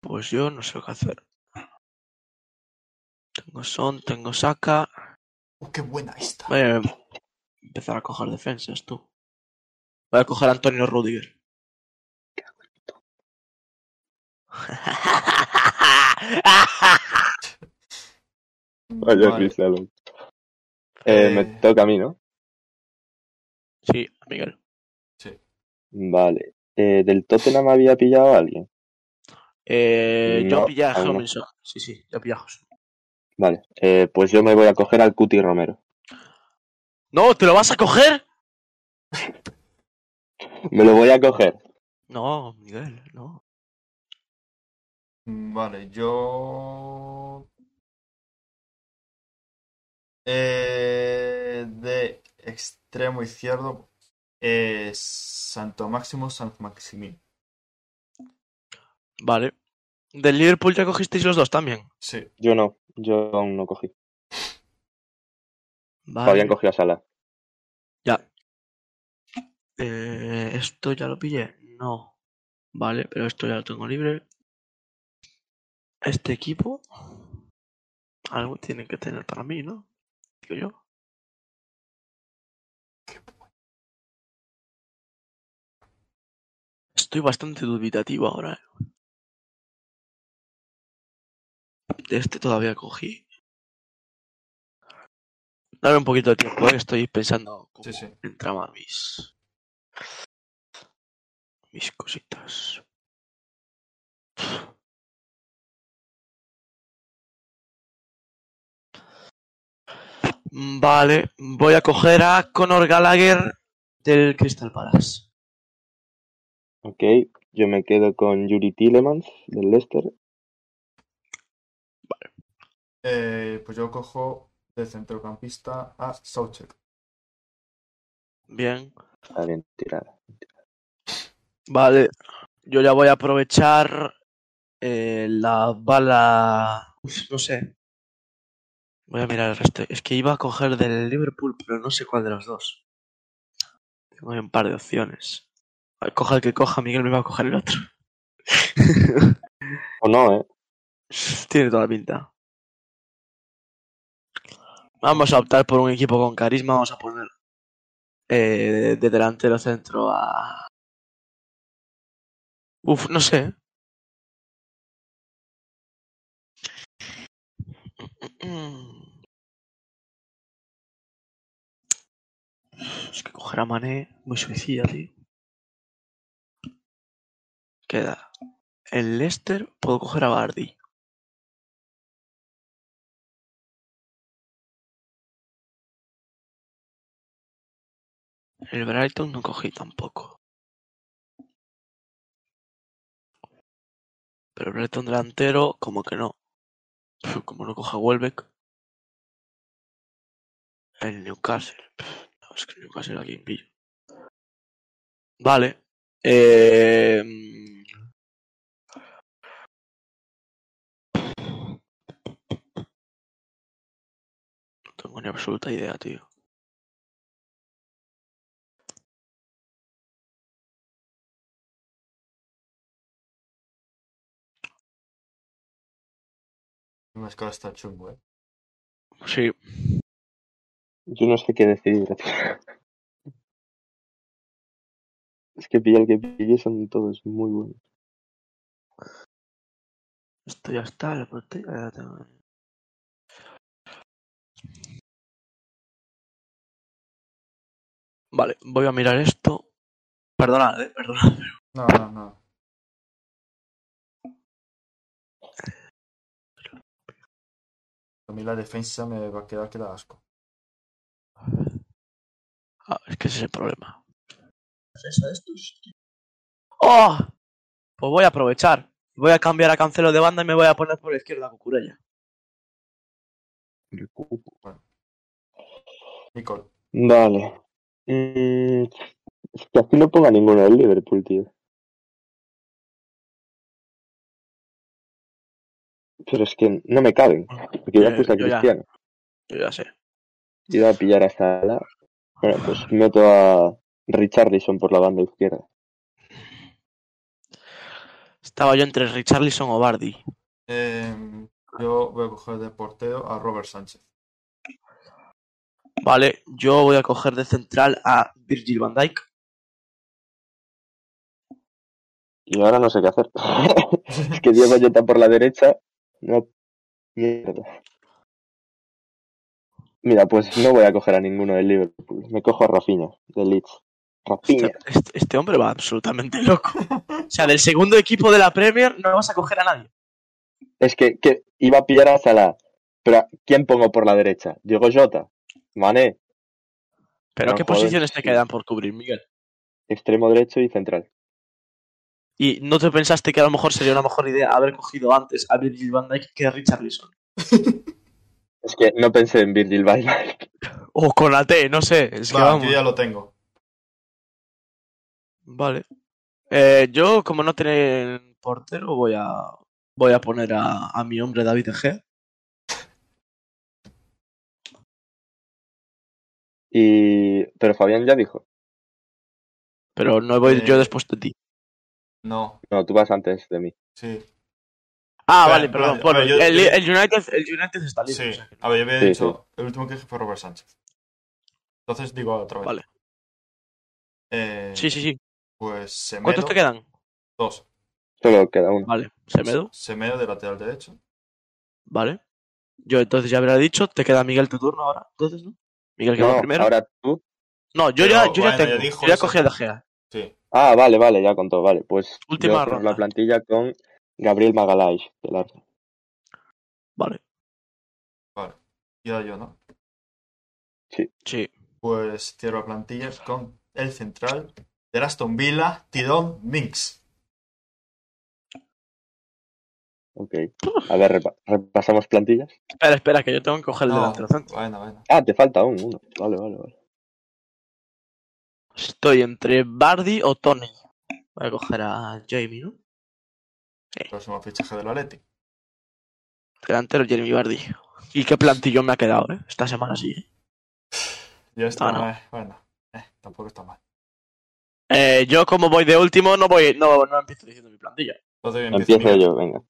Pues yo no sé qué hacer. Tengo Son, tengo Saka. Oh, qué buena esta. Voy a empezar a coger defensas, tú. Voy a coger a Antonio Rudiger. Vaya Vale. risa, loco. Eh, Me toca a mí, ¿no? Sí, Miguel. Vale. Eh, del Tottenham había pillado a alguien. Eh, yo No, pillé a aún no. Homilson. Sí, sí, yo pillé a Homilson. Vale. Eh, pues yo me voy a coger al Cuti Romero. No, ¿te lo vas a coger? Me lo voy a coger. No, Miguel, no. Mm, Vale, yo. Eh, de extremo izquierdo, eh, Santo Máximo San Maximil. Vale. Del Liverpool ya cogisteis los dos también. Sí. Yo no. Yo aún no cogí. Vale. Fabián cogió a Sala. Eh, ¿Esto ya lo pillé? No. Vale, pero esto ya lo tengo libre. Este equipo. Algo tiene que tener para mí, ¿no? Digo yo. Estoy bastante dubitativo ahora. ¿eh? De este todavía cogí. Dame un poquito de tiempo, ¿eh? que estoy pensando cómo Sí, sí. entraba mis. mis cositas. Vale, voy a coger a Conor Gallagher del Crystal Palace. Ok, yo me quedo con Yuri Tillemans del Leicester. Eh, pues yo cojo de centrocampista a Sauchek. Bien. Está bien tirada. Vale, yo ya voy a aprovechar eh, la bala. Uf, no sé. Voy a mirar el resto. Es que iba a coger del Liverpool, pero no sé cuál de los dos. Tengo ahí un par de opciones. A ver, Coja el que coja, Miguel me va a coger el otro. O no, ¿eh? Tiene toda la pinta. Vamos a optar por un equipo con carisma. Vamos a poner eh, de delantero centro a. Uf, no sé. Es que coger a Mané, muy suicida, tío. Queda el Leicester, puedo coger a Bardi. El Brighton no cogí tampoco. Pero el Brighton delantero, como que no. Pf, Como no coja Welbeck. El Newcastle. Pf, No, es que el Newcastle aquí en pillo. Vale. Eh, No tengo ni absoluta idea, tío. Me es que ahora está chungo, ¿eh? Sí. Yo no sé qué decidir. Es que pilla el que pille son todos muy buenos. Esto ya está, la pantalla ya la tengo. Vale, voy a mirar esto. Perdonad, eh, perdonad. No, no, no. A mí la defensa me va a quedar que da asco. Ah, es que ese es el problema. ¿Defensa de estos? ¡Oh! Pues voy a aprovechar. Voy a cambiar a Cancelo de banda y me voy a poner por la izquierda a Cucurella. Nicole. Vale. Mm, es que aquí no ponga ninguno del Liverpool, tío. Pero es que no me caben. Porque ya Eh, puse a yo ya. Cristiano. Yo ya sé. Iba a pillar hasta la. Bueno, pues meto a Richarlison por la banda izquierda. Estaba yo entre Richarlison o Bardi. Em, yo voy a coger de portero a Robert Sánchez. Vale, yo voy a coger de central a Virgil van Dijk. Y ahora no sé qué hacer. es que Diego Llota por la derecha. No. Mierda. Mira, pues no voy a coger a ninguno del Liverpool. Me cojo a Rafinha, del Leeds. Rafinha. Este, este hombre va absolutamente loco. O sea, del segundo equipo de la Premier no vas a coger a nadie. Es que, que iba a pillar a Salah. Pero ¿a ¿quién pongo por la derecha? Diego Jota. Mané. Pero No, ¿qué joder, posiciones te quedan por cubrir, Miguel? Extremo derecho y central. ¿Y no te pensaste que a lo mejor sería una mejor idea haber cogido antes a Virgil van Dijk que a Richarlison? Es que no pensé en Virgil van Dijk. O con AT, no sé. Es que Va, vamos. yo ya lo tengo. Vale. Eh, yo, como no tener portero, voy a voy a poner a, a mi hombre David G. Y... Pero Fabián ya dijo. Pero no voy Eh, yo después de ti. No, No, tú vas antes de mí. sí. Ah, espera, vale, perdón. vale, bueno, vale, yo- el, yo- el United, el United está libre. Sí. o sea que- A ver, yo había Sí, dicho, el último que dije fue Robert Sánchez. Entonces digo otra vez. Vale. Eh, Sí, sí, sí. Pues Semedo. ¿Cuántos te quedan? Dos. Solo queda uno. Vale, Semedo. Semedo de lateral derecho. Vale. Yo entonces ya habrá dicho, te queda Miguel tu turno ahora. Entonces, ¿no? Miguel que va No, primero. ahora tú. No, yo Pero, ya, yo bueno, ya ya tengo. dijo yo ya eso. cogí a De Gea. Sí. Ah, vale, vale, ya contó. Vale, pues Última yo cierro ronda. la plantilla con Gabriel Magalhaes del Arsenal. Vale. Vale. Y ahora yo, ¿no? Sí. Pues cierro la plantilla con el central del Aston Villa, Tidón Minx. Ok. A ver, repa- repasamos plantillas. Espera, espera, que yo tengo que coger el No, delantero centro. Bueno, bueno. Ah, te falta aún uno. Vale, vale, vale. Estoy entre Bardi o Tony. Voy a coger a Jamie, ¿no? Próximo fichaje del Atleti. Delantero Jeremy Bardi. Y qué plantillo me ha quedado, ¿eh? Esta semana sí. ¿eh? Ya está, Ah, no. eh, bueno, eh, tampoco está mal. Eh, yo como voy de último, no voy, no, no empiezo diciendo mi plantilla. Entonces, bien, Empiezo Miguel. yo, venga.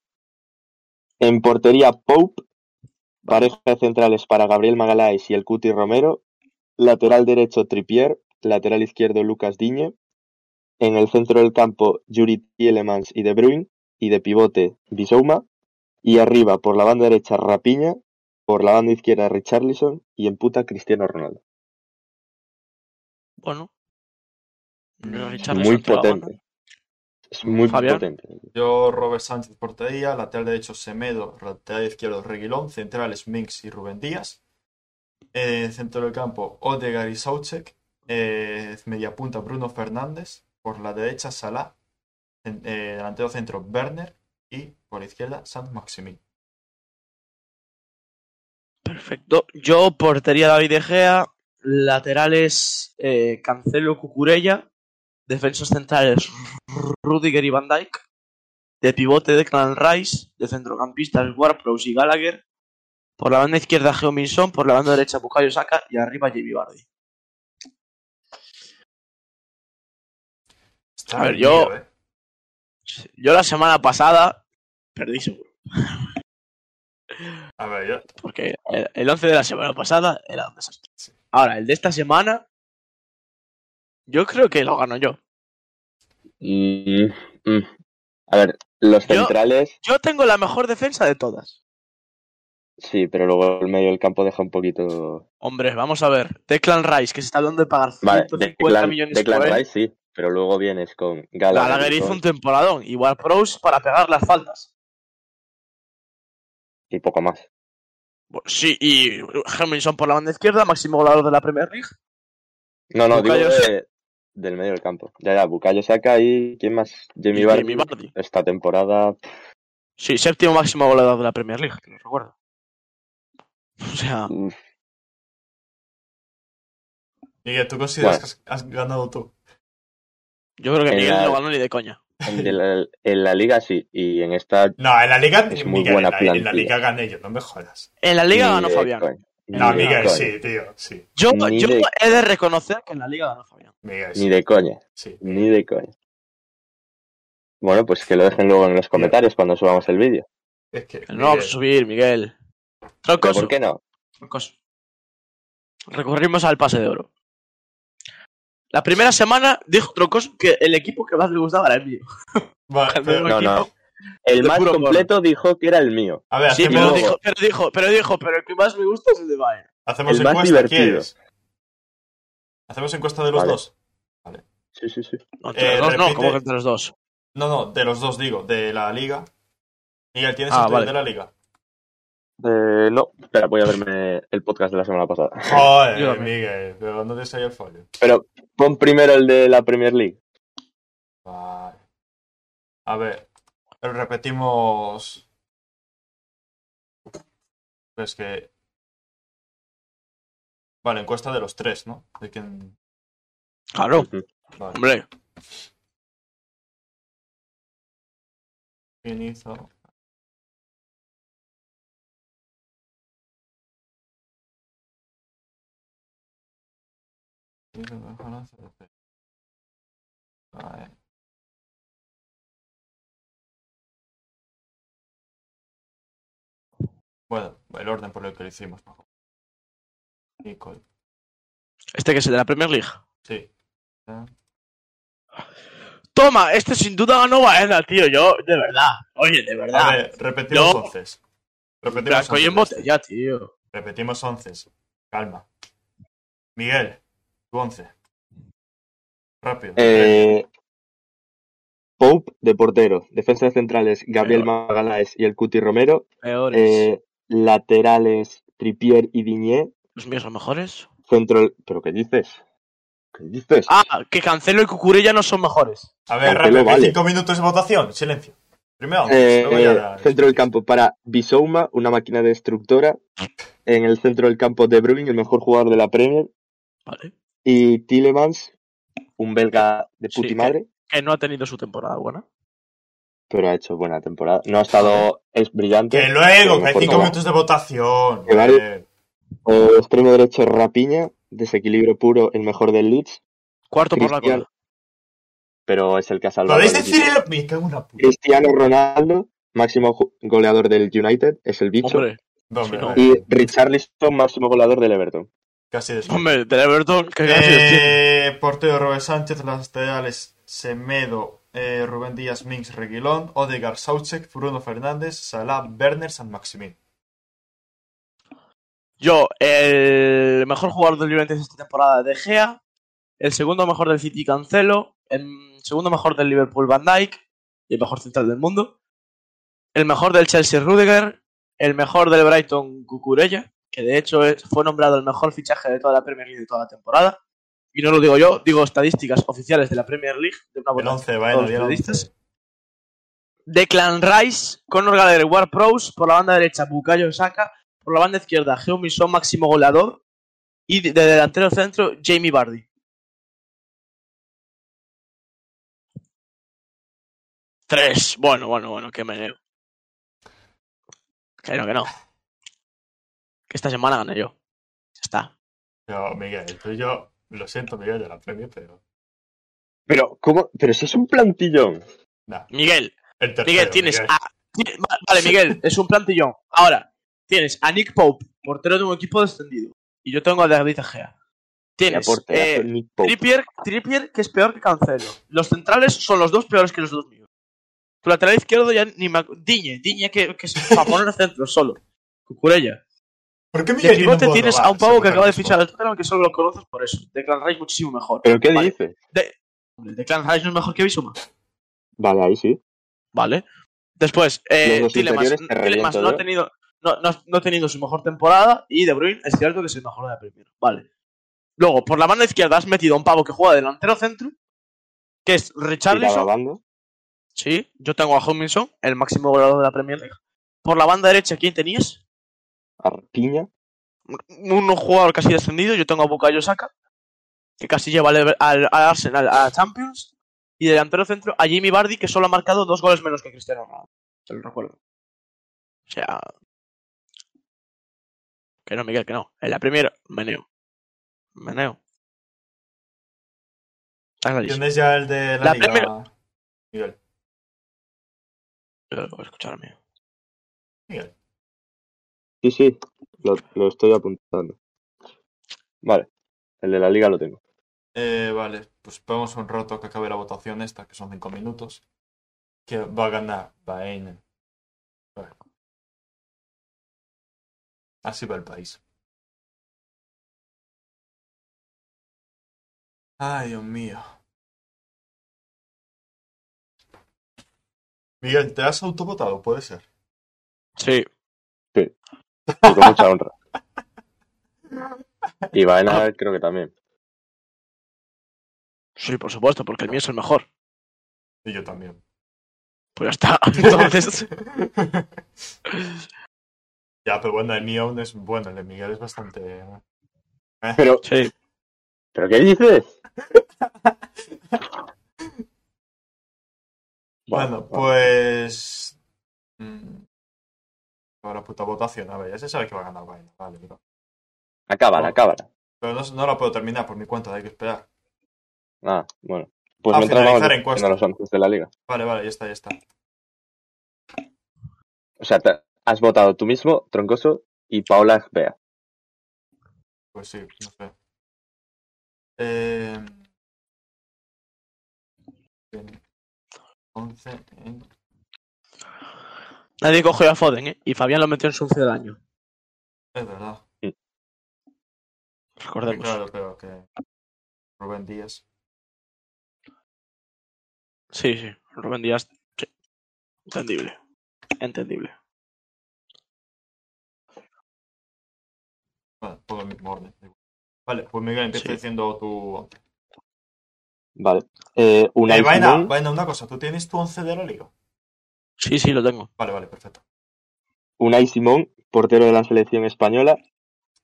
En portería, Pope. Pareja de centrales para Gabriel Magaláes y el Cuti Romero. Lateral derecho, Tripier. Lateral izquierdo, Lucas Diñe. En el centro del campo, Yuri Tielemans y De Bruyne. Y de pivote, Bisouma. Y arriba, por la banda derecha, Rapiña. Por la banda izquierda, Richarlison. Y en puta, Cristiano Ronaldo. Bueno. Muy potente. Es muy Fabián. potente. Yo, Robert Sánchez, portería, lateral derecho, Semedo, lateral izquierdo, Reguilón, centrales, Minx y Rubén Díaz. Eh, centro del campo, Odegaard y Sauchek. Eh, media punta, Bruno Fernández. Por la derecha, Salah. Cen- eh, delantero centro, Werner. Y por la izquierda, Sant Maximil. Perfecto. Yo, portería David De Gea, laterales eh, Cancelo Cucurella, defensas centrales Rudiger y Van Dijk, de pivote Declan Rice, de centrocampistas Warpros y Gallagher, por la banda izquierda Geominson, por la banda derecha Bukayo Saka y arriba Jamie Vardy. Está A ver, vendido, yo- eh. Yo la semana pasada perdí seguro, A ver, yo... porque el- el 11 de la semana pasada era un desastre. Ahora, el de esta semana, yo creo que lo gano yo. Mm, mm. A ver, los Yo- centrales. Yo tengo la mejor defensa de todas. Sí, pero luego el medio del campo deja un poquito. Hombre, vamos a ver. Declan Rice, que se está hablando de pagar Vale, 150 Declan, millones Declan por él. Rice sí, pero luego vienes con Gallagher. Gallagher y hizo con- un temporadón. Igual pros para pegar las faltas. y poco más. Bueno, Sí, y Herminson por la banda izquierda, máximo goleador de la Premier League. No, no, digo Bukayo de- Saka. del medio del campo. Ya, ya, Bukayo Saka y ¿quién más? Jamie Y Vardy. Jamie Vardy. Esta temporada. Sí, séptimo máximo goleador de la Premier League, que lo recuerdo. O sea, uf, Miguel, ¿tú consideras Bueno. que has, has ganado tú? yo creo que En Miguel la- no ganó ni de coña. En, de la, en la liga sí, y en esta. No, en la liga, Es muy Miguel, buena en, la, en la plantilla. liga gané yo, no me jodas. En la Liga ni ganó de Fabián. coña, No, ni de Miguel, coña, sí, tío, sí. Yo, Ni yo de- he de reconocer que en la Liga ganó Fabián. Miguel, Ni sí. de coña, sí. ni de coña. Bueno, pues que lo dejen luego en los comentarios cuando subamos el vídeo. Es que, No pues, vamos a Miguel, subir, Miguel. Pero Troncoso. ¿Por qué no? Chicos, Recurrimos al pase de oro. La primera semana dijo Trocos que el equipo que más le gustaba era el mío. vale, Al pero- mismo no, equipo. no. El De más puro completo dijo que era el mío. a ver, Sí, hacemos, pero luego- dijo, pero dijo, pero dijo, pero el que más me gusta es el de Bayern. hacemos el más encuesta, divertido. ¿quieres? Hacemos encuesta de los Vale. dos. Sí, sí, sí. No, entre Eh, los dos, no, repite. como que entre los dos. No, no, de los dos digo, de la liga. Miguel, ¿tienes Ah, el tuyo vale. de la liga? Eh, no, espera, voy a verme el podcast de la semana pasada. Yo Joder, también. Miguel, pero no te ahí el folio. Pero pon primero el de la Premier League. Vale. A ver, repetimos. Pues que. Vale, encuesta de los tres, ¿no? De quién. Claro, Vale. hombre. ¿Quién hizo? Hizo mejor once de pe- Vale. Bueno, el orden por el que lo hicimos. mejor. Nicole, Este que es el de la Premier League. sí. Toma, este sin duda ganó Baena, tío. Yo, de verdad. Oye, de A verdad. ver, repetimos Ah, No. once. Repetimos Blanco y en once. botella, tío. Repetimos once. Calma. Miguel, tu once. Rápido. Eh, Pope de portero, defensas centrales Gabriel Magaláes y el Cuti Romero, Peores. eh, laterales Tripier y Diñé, Los míos son mejores. centro... ¿Pero qué dices? ¿Qué dices? Ah, que Cancelo y Cucurella no son mejores. A ver, Cancelo, rápido, que vale. cinco minutos de votación, silencio. Primero, Eh, luego ya eh, la- centro del campo para Bisouma, una máquina destructora. En el centro del campo de Bruyne, el mejor jugador de la Premier. Vale. Y Tillemans, un belga de puti Sí, madre, Que, que no ha tenido su temporada buena. pero ha hecho buena temporada. No ha estado, es brillante. Que luego, que hay mejor cinco no va. minutos de votación. Que vale. joder. Eh, extremo derecho, Rapiña, desequilibrio puro, el mejor del Leeds. Cuarto por la Cristiano- cola. Pero es el que ha salvado. ¿Podéis al equipo. decir el... Me cago en la puta. Cristiano Ronaldo, máximo ju- goleador del United, es el bicho. Hombre, No, hombre, Sí, no. vale. Y Richarlison, máximo goleador del Everton. Casi de hombre, del Everton, que gracias tiene. Eh, portero Robert Sánchez, laterales Semedo, eh, Rubén Díaz, Minx, Reguilón, Odegaard, Sauchek, Bruno Fernández, Salah, Werner, San Maximín. Yo, el mejor jugador del Juventus esta temporada de Gea. El segundo mejor del City Cancelo. El segundo mejor del Liverpool Van Dijk. Y el mejor central del mundo. El mejor del Chelsea Rudiger. El mejor del Brighton Cucurella. Que de hecho es- fue nombrado el mejor fichaje de toda la Premier League de toda la temporada. Y no lo digo yo, digo estadísticas oficiales de la Premier League. De una El votación 11, de vaya, todos los di el periodistas. 11. Declan Rice, Conor Gallagher, War Pros, por la banda derecha Bukayo Saka, por la banda izquierda Heung-Min Son, máximo goleador, y de de delantero centro Jamie Bardi. Tres, bueno, bueno, bueno, que meneo. Que no, que no. Que esta semana gané yo. Ya está. Yo, Miguel, tú y yo, lo siento, Miguel, de la premio, pero. Pero, ¿cómo? Pero si es un plantillón. Nah. Miguel, El tercero, Miguel, tienes Miguel. a. ti- va- Vale, Miguel, es un plantillón. Ahora, tienes a Nick Pope, portero de un equipo descendido. Y yo tengo a David Gea. Tienes aporte, eh, Nick Pope. Trippier, Trippier, que es peor que Cancelo. Los centrales son los dos peores que los dos míos. Tu lateral izquierdo ya ni me ac- Diñe, Diñe, que, que es para poner el centro solo. Cucurella. ¿Por qué De Miguel pivote Guindombolo tienes va a un pavo que ser acaba de protagonista? fichar al Tottenham que solo lo conoces por eso. Declan Rice muchísimo mejor. ¿Pero qué Vale. dices? De, hombre, Declan Rice no es mejor que Bisuma. Vale, ahí sí. Vale. Después, Los eh, dos Tielemans, interiores te Tielemans reviento, no, ha ¿eh? tenido, no, no- no ha tenido su mejor temporada y De Bruyne es cierto que es el mejor de la primera. Vale. Luego, por la mano izquierda has metido a un pavo que juega delantero centro, que es Tirado a Richarlison. bando. Sí, yo tengo a Homminson, el máximo goleador de la Premier League. Por la banda derecha, ¿quién tenías? Arpiña. Un un jugador casi descendido, yo tengo a Bukayo Saka, que casi lleva al, Ever- al- al Arsenal a Champions. Y delantero centro a Jimmy Bardi, que solo ha marcado dos goles menos que Cristiano Ronaldo. Te lo recuerdo. O sea. Que no, Miguel, que no. En la primera, meneo. Meneo. Está clarísimo. ¿Tienes ya el de la, La liga? Premier- Miguel, Yo lo voy a escucharme. Miguel. Sí, sí. Lo, lo estoy apuntando. Vale. El de la liga lo tengo. Eh, vale, pues esperamos un rato que acabe la votación esta, que son cinco minutos. Que va a ganar Baena. Bueno. Así va el país. Ay, Dios mío. Miguel, ¿te has autovotado? Puede ser. Sí. Y con mucha honra. Ah. Y Baena creo que también. Sí, por supuesto, porque el mío es el mejor. Y yo también. Pues ya está. Entonces. Ya, pero bueno, el mío aún es bueno, el de Miguel es bastante. Pero, Sí. ¿pero qué dices? Bueno, Vale, vale. pues. mm, Ahora puta votación, a ver, ya se sabe que va a ganar Vaina, vale, pero, Acábala, acábala. pero no, no la puedo terminar por mi cuenta, hay que esperar. Ah, bueno. Pues Ah, mientras finalizar vamos encuesta. a los once de la liga. Vale, vale, ya está, ya está. O sea, te- has votado tú mismo, Troncoso, y Paola Bea. Pues sí, no sé. Eh... bien, 11 en- Nadie cogió a Foden, ¿eh? Y Fabián lo metió en su once del año. Es verdad, que Recordemos. claro, pero que. Rubén Díaz. Sí, sí. Rubén Díaz. sí. Entendible. Entendible. Bueno, todo el mismo orden. da igual. Vale, pues Miguel, empieza Sí. diciendo tu. Vale. Eh, Unai Eh, Vaina, Simón- Vaina, una cosa, ¿tú tienes tu 11 de la liga? Sí, sí, lo tengo. Vale, vale, perfecto. Unai Simón, portero de la selección española.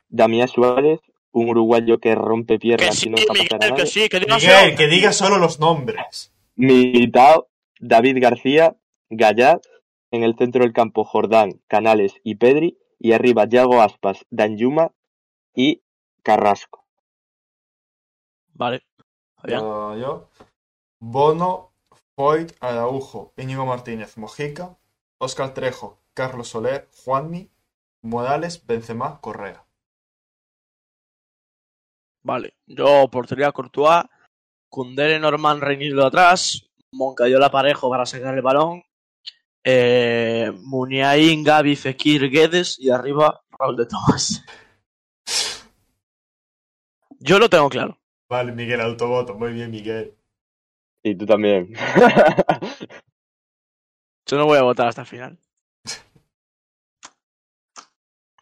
Damián Suárez, un uruguayo que rompe piernas y no está pasando a nadie. Miguel, que diga solo los nombres. Militao, David García, Gallar, en el centro del campo Jordán, Canales y Pedri, y arriba Yago Aspas, Danjuma y Carrasco. Vale. Ah, Yo, yo. Bono, Foyt, Araujo, Íñigo Martínez, Mojica, Óscar Trejo, Carlos Soler, Juanmi, Morales, Benzema, Correa. Vale. Yo, portería Courtois, Cundere, Norman, Reinildo atrás, Moncayola, Parejo para sacar el balón, eh, Muniain, Gavi, Fekir, Guedes y arriba Raúl de Tomás. Yo lo tengo claro. Vale, Miguel Autoboto, muy bien, Miguel. Y tú también. Yo no voy a votar hasta el final.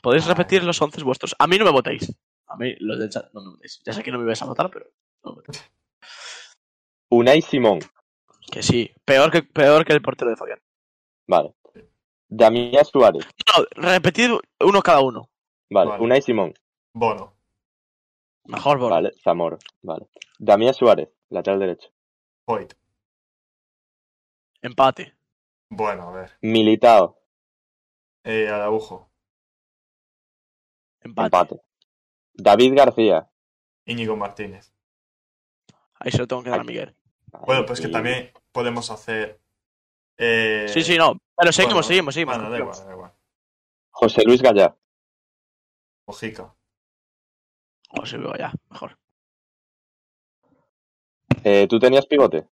Podéis repetir los 11 vuestros. A mí no me votéis. A mí los del chat no me votéis. Ya sé que no me vais a votar, pero no me votéis. Unai Simón, Que sí. Peor que, peor que el portero de Fabián. vale. Damián Suárez, No, repetid uno cada uno. vale. Vale. Unai Simón. Bono. Mejor Bono. Vale, Zamora, vale. Damián Suárez, lateral derecho. Foyt. Empate. Bueno, a ver. Militao, Eh, Araujo, empate. David García. Íñigo Martínez. Ahí se lo tengo que dar a Miguel. Bueno, pues que también podemos hacer. eh, Sí, sí, no. Pero seguimos, bueno, seguimos, seguimos. Bueno, da igual, da igual. José Luis Gallar, Mojica. José Luis Gallar, mejor. Eh, ¿tú tenías pivote?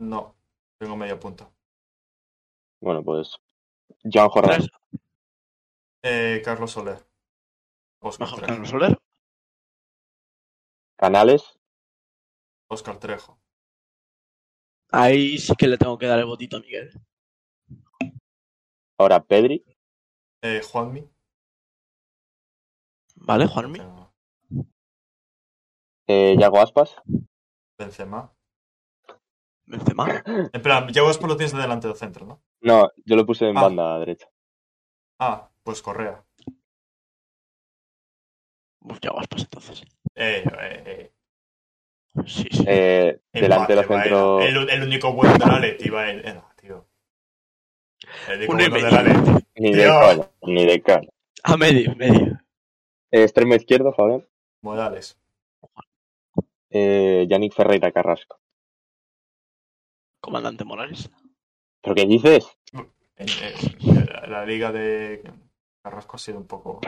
No, tengo media punta. Bueno, pues. Joan Jordán. Eh, Carlos Soler. Oscar Trejo. Carlos Soler. Canales, Oscar Trejo. Ahí sí que le tengo que dar el botito a Miguel. ahora Pedri. Eh, Juanmi. Vale, Juanmi. Eh, Yago Aspas. Benzema. Benzema. En plan, ya vos por lo tienes de delante del centro, ¿no? No, yo lo puse en Ah. banda derecha. Ah, pues Correa. Uf, ya vas, pues entonces. Eh, eh, eh. Eh, delantero Empate, centro. vaya. El, el único bueno de la Leti, va. El, eh, no, tío. El único Un bueno de Emery. la Leti. Ni de Dios. cara, ni de cara. A Ah, medio, medio. Eh, extremo izquierdo, Fabián. Modales. Eh, Yannick Ferreira Carrasco. Comandante Morales. ¿Pero qué dices? En- en- la, la liga de Carrasco ha sido un poco.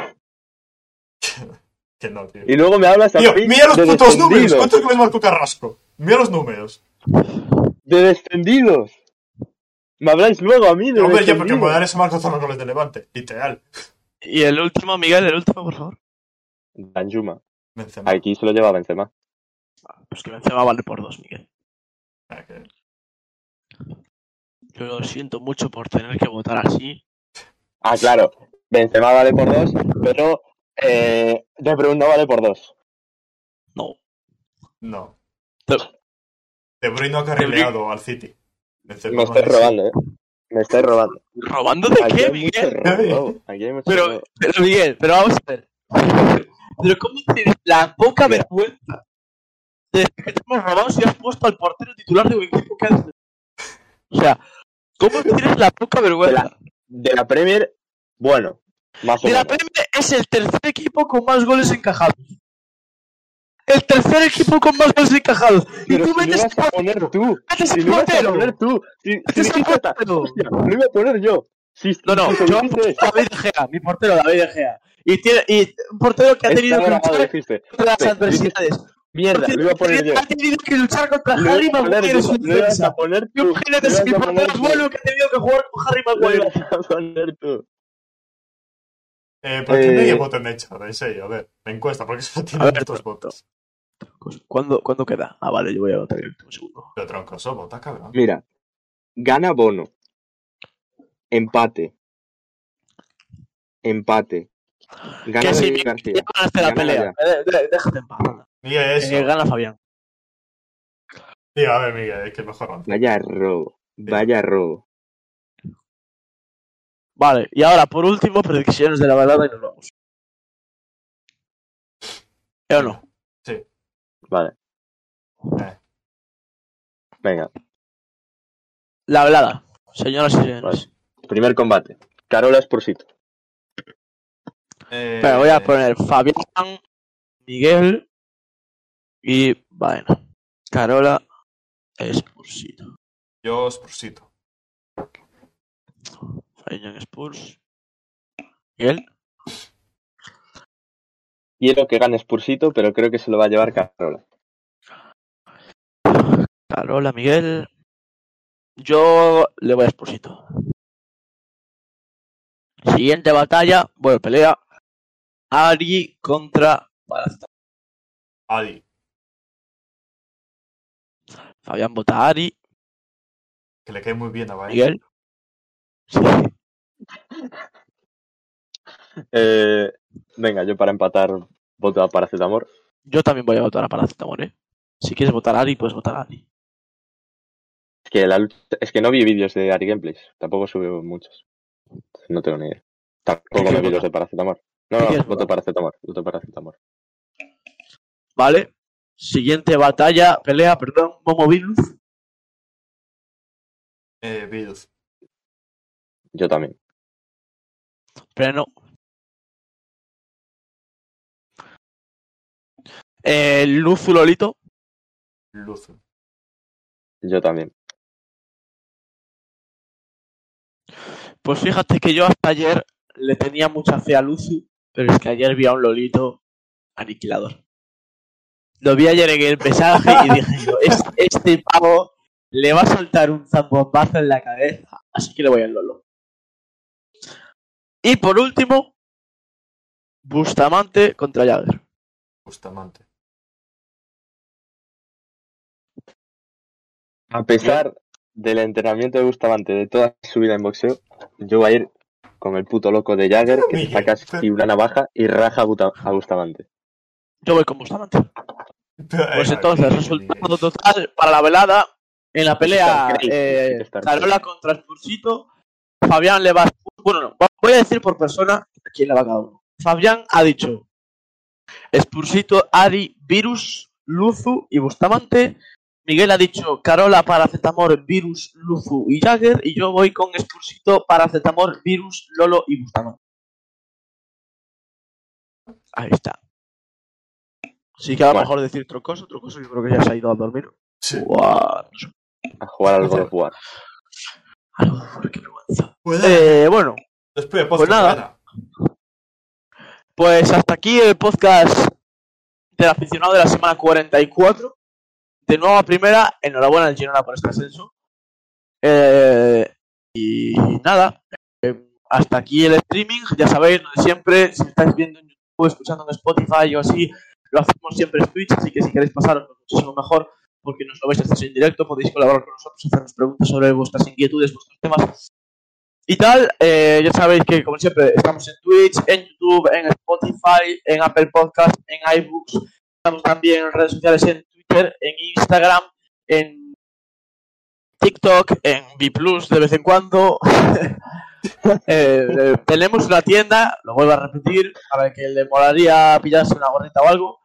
que no, tío. Y luego me hablas a Tío, mí mira los de putos números. descendidos. ¿Cuántos goles marcó Carrasco? Mira los números. ¡De descendidos! Me habláis luego a mí de Hombre, ya, porque descendidos. Modales se marcó todos los goles de Levante. Literal. Y el último, Miguel, el último, por favor. Danjuma. Benzema. Aquí se lo lleva Benzema. Pues que Benzema vale por dos, Miguel. Ah, que- Yo lo siento mucho por tener que votar así. Ah, claro. Benzema vale por dos, pero eh, De Bruyne no vale por dos. No. No. Te- De Bruyne ha carrileado al City. Benzema Me no estáis es- robando, eh. Me estáis robando. ¿Robando de Aquí qué, hay mucho Miguel? robo, Aquí hay mucho Pero, robo. pero, Miguel, pero vamos a ver. Pero cómo tienes la poca vergüenza de decir que te hemos robado si has puesto al portero titular de un equipo que has... O sea, ¿cómo tienes la poca vergüenza? De la Premier, bueno. Más o De la menos. Premier es el tercer equipo con más goles encajados. El tercer equipo con más goles encajados. Pero y tú si lo metes ibas a poner tú. Metes Si el lo ibas a portero. poner tú. Si, si Metes el dijiste hasta- portero. hostia, lo iba a poner yo. Si, No, no, si- si- yo si- apuesto a David De Gea, mi portero David De Gea. Y, tiene, y un portero que ha Está tenido que grabado, luchar dijiste. contra las Dijiste, adversidades. Mierda, lo iba a poner yo. Ha tenido que luchar contra Lo Harry ibas a poner Maguire tú, en su lo ibas defensa. a poner tú. Imagínate lo si mi ibas a portero poner es tú, bueno que ha tenido que jugar con Harry Lo Maguire. ibas a poner tú. Eh, ¿Por qué Eh, nadie vota en Echado? En serio, a ver. La encuesta, ¿por qué solo tiene estos votos? ¿Cuándo, ¿Cuándo queda? Ah, vale, yo voy a votar el último segundo. Pero troncoso, vota, cabrón. Mira, gana Bono. Empate. Empate. Gana Que sí, David Miguel, García. ya ganaste la Gana pelea. ya. Eh, de- Déjate en paz. Miguel, eso. Eh, gana Fabián. Tío, a ver, Miguel, es que mejor no. Vaya robo. Vaya robo. Vale, y ahora por último, predicciones de la balada y nos vamos. ¿Eh o no? Sí. Vale. Eh, Venga. La velada, señoras y señores. Primer combate. Carola Spursito. eh, Pero voy a poner Fabián, Miguel y. Bueno. Carola Spursito. Yo Spursito. Fabián Spurs. Miguel. Quiero que gane Spursito, pero creo que se lo va a llevar Carola. Carola, Miguel. Yo le voy a Spursito. Siguiente batalla, bueno, pelea. Ari contra Balazar. Ali. Fabián vota a Ari. Que le cae muy bien a Baez. Miguel. Sí. Eh, venga, yo para empatar voto a Paracetamor. Yo también voy a votar a Paracetamol, ¿eh? Si quieres votar a Ari, puedes votar a Ari. Es que, la lucha- es que no vi vídeos de Ari Gameplays. Tampoco subo muchos. No tengo ni idea. Tampoco me vi los de Paracetamor. No, ¿Qué no, quieres voto Paracetamor. Voto Paracetamor. Vale. Siguiente batalla, pelea, perdón, Momo Virus. Eh, Bills. Yo también. Pero no. Eh, Luzu Lolito. Luz. Yo también. Pues fíjate que yo hasta ayer le tenía mucha fe a Luzu, pero es que ayer vi a un Lolito aniquilador. Lo vi ayer en el pesaje y dije yo, "Es- este pavo le va a soltar un zambombazo en la cabeza, así que le voy al Lolo. Y por último, Bustamante contra Jagger. Bustamante. A pesar del entrenamiento de Bustamante de toda su vida en boxeo, yo voy a ir con el puto loco de Jagger que se saca así una navaja y raja a Buta- a Bustamante. Yo voy con Bustamante. Pues Eh, entonces, resultado total para la velada. En la pelea, Star Crazy, eh, Star Crazy. Carola contra Spursito. Fabián le va a... Bueno, no, voy a decir por persona a quién le va cada uno. Fabián ha dicho Spursito, Ari, Virus, Luzu y Bustamante. Miguel ha dicho Carola, Paracetamor, Virus, Luzu y Jagger. Y yo voy con Spursito, Paracetamor, Virus, Lolo y Bustamante. Ahí está. Sí que a lo Bueno. mejor decir trocoso, trocoso yo creo que ya se ha ido a dormir. Sí. Guau, no sé. A jugar al God of War. Algo por qué vergüenza. Pues Eh, bueno, Después de Pues podcast, nada. venga. pues hasta aquí el podcast del aficionado de la semana 44. De nuevo a primera, enhorabuena al Girona por este ascenso. Eh, y nada, eh, hasta aquí el streaming. Ya sabéis, lo de siempre, si estáis viendo en YouTube, escuchando en Spotify o así, lo hacemos siempre en Twitch, así que si queréis pasaros pues muchísimo mejor porque nos lo vais a hacer en directo, podéis colaborar con nosotros, hacernos preguntas sobre vuestras inquietudes, vuestros temas y tal. Eh, ya sabéis que, como siempre, estamos en Twitch, en YouTube, en Spotify, en Apple Podcasts, en iBooks. Estamos también en redes sociales, en Twitter, en Instagram, en TikTok, en B Plus de vez en cuando. Eh, eh, tenemos una tienda, lo vuelvo a repetir, para el que le molaría pillarse una gorrita o algo.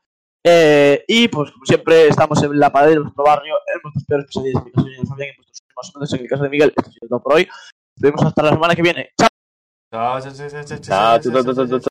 Eh, y pues como siempre estamos en la pared de nuestro barrio, en nuestros peores pesadillas, en mi caso, en Fabián, en vuestros más o menos en el caso de Miguel, esto ha sido todo por hoy. Nos vemos hasta la semana que viene. ¡Chao! Chao, chao, chao, chao, chao, Chao, chao, chao, chao, chao, chao, chao.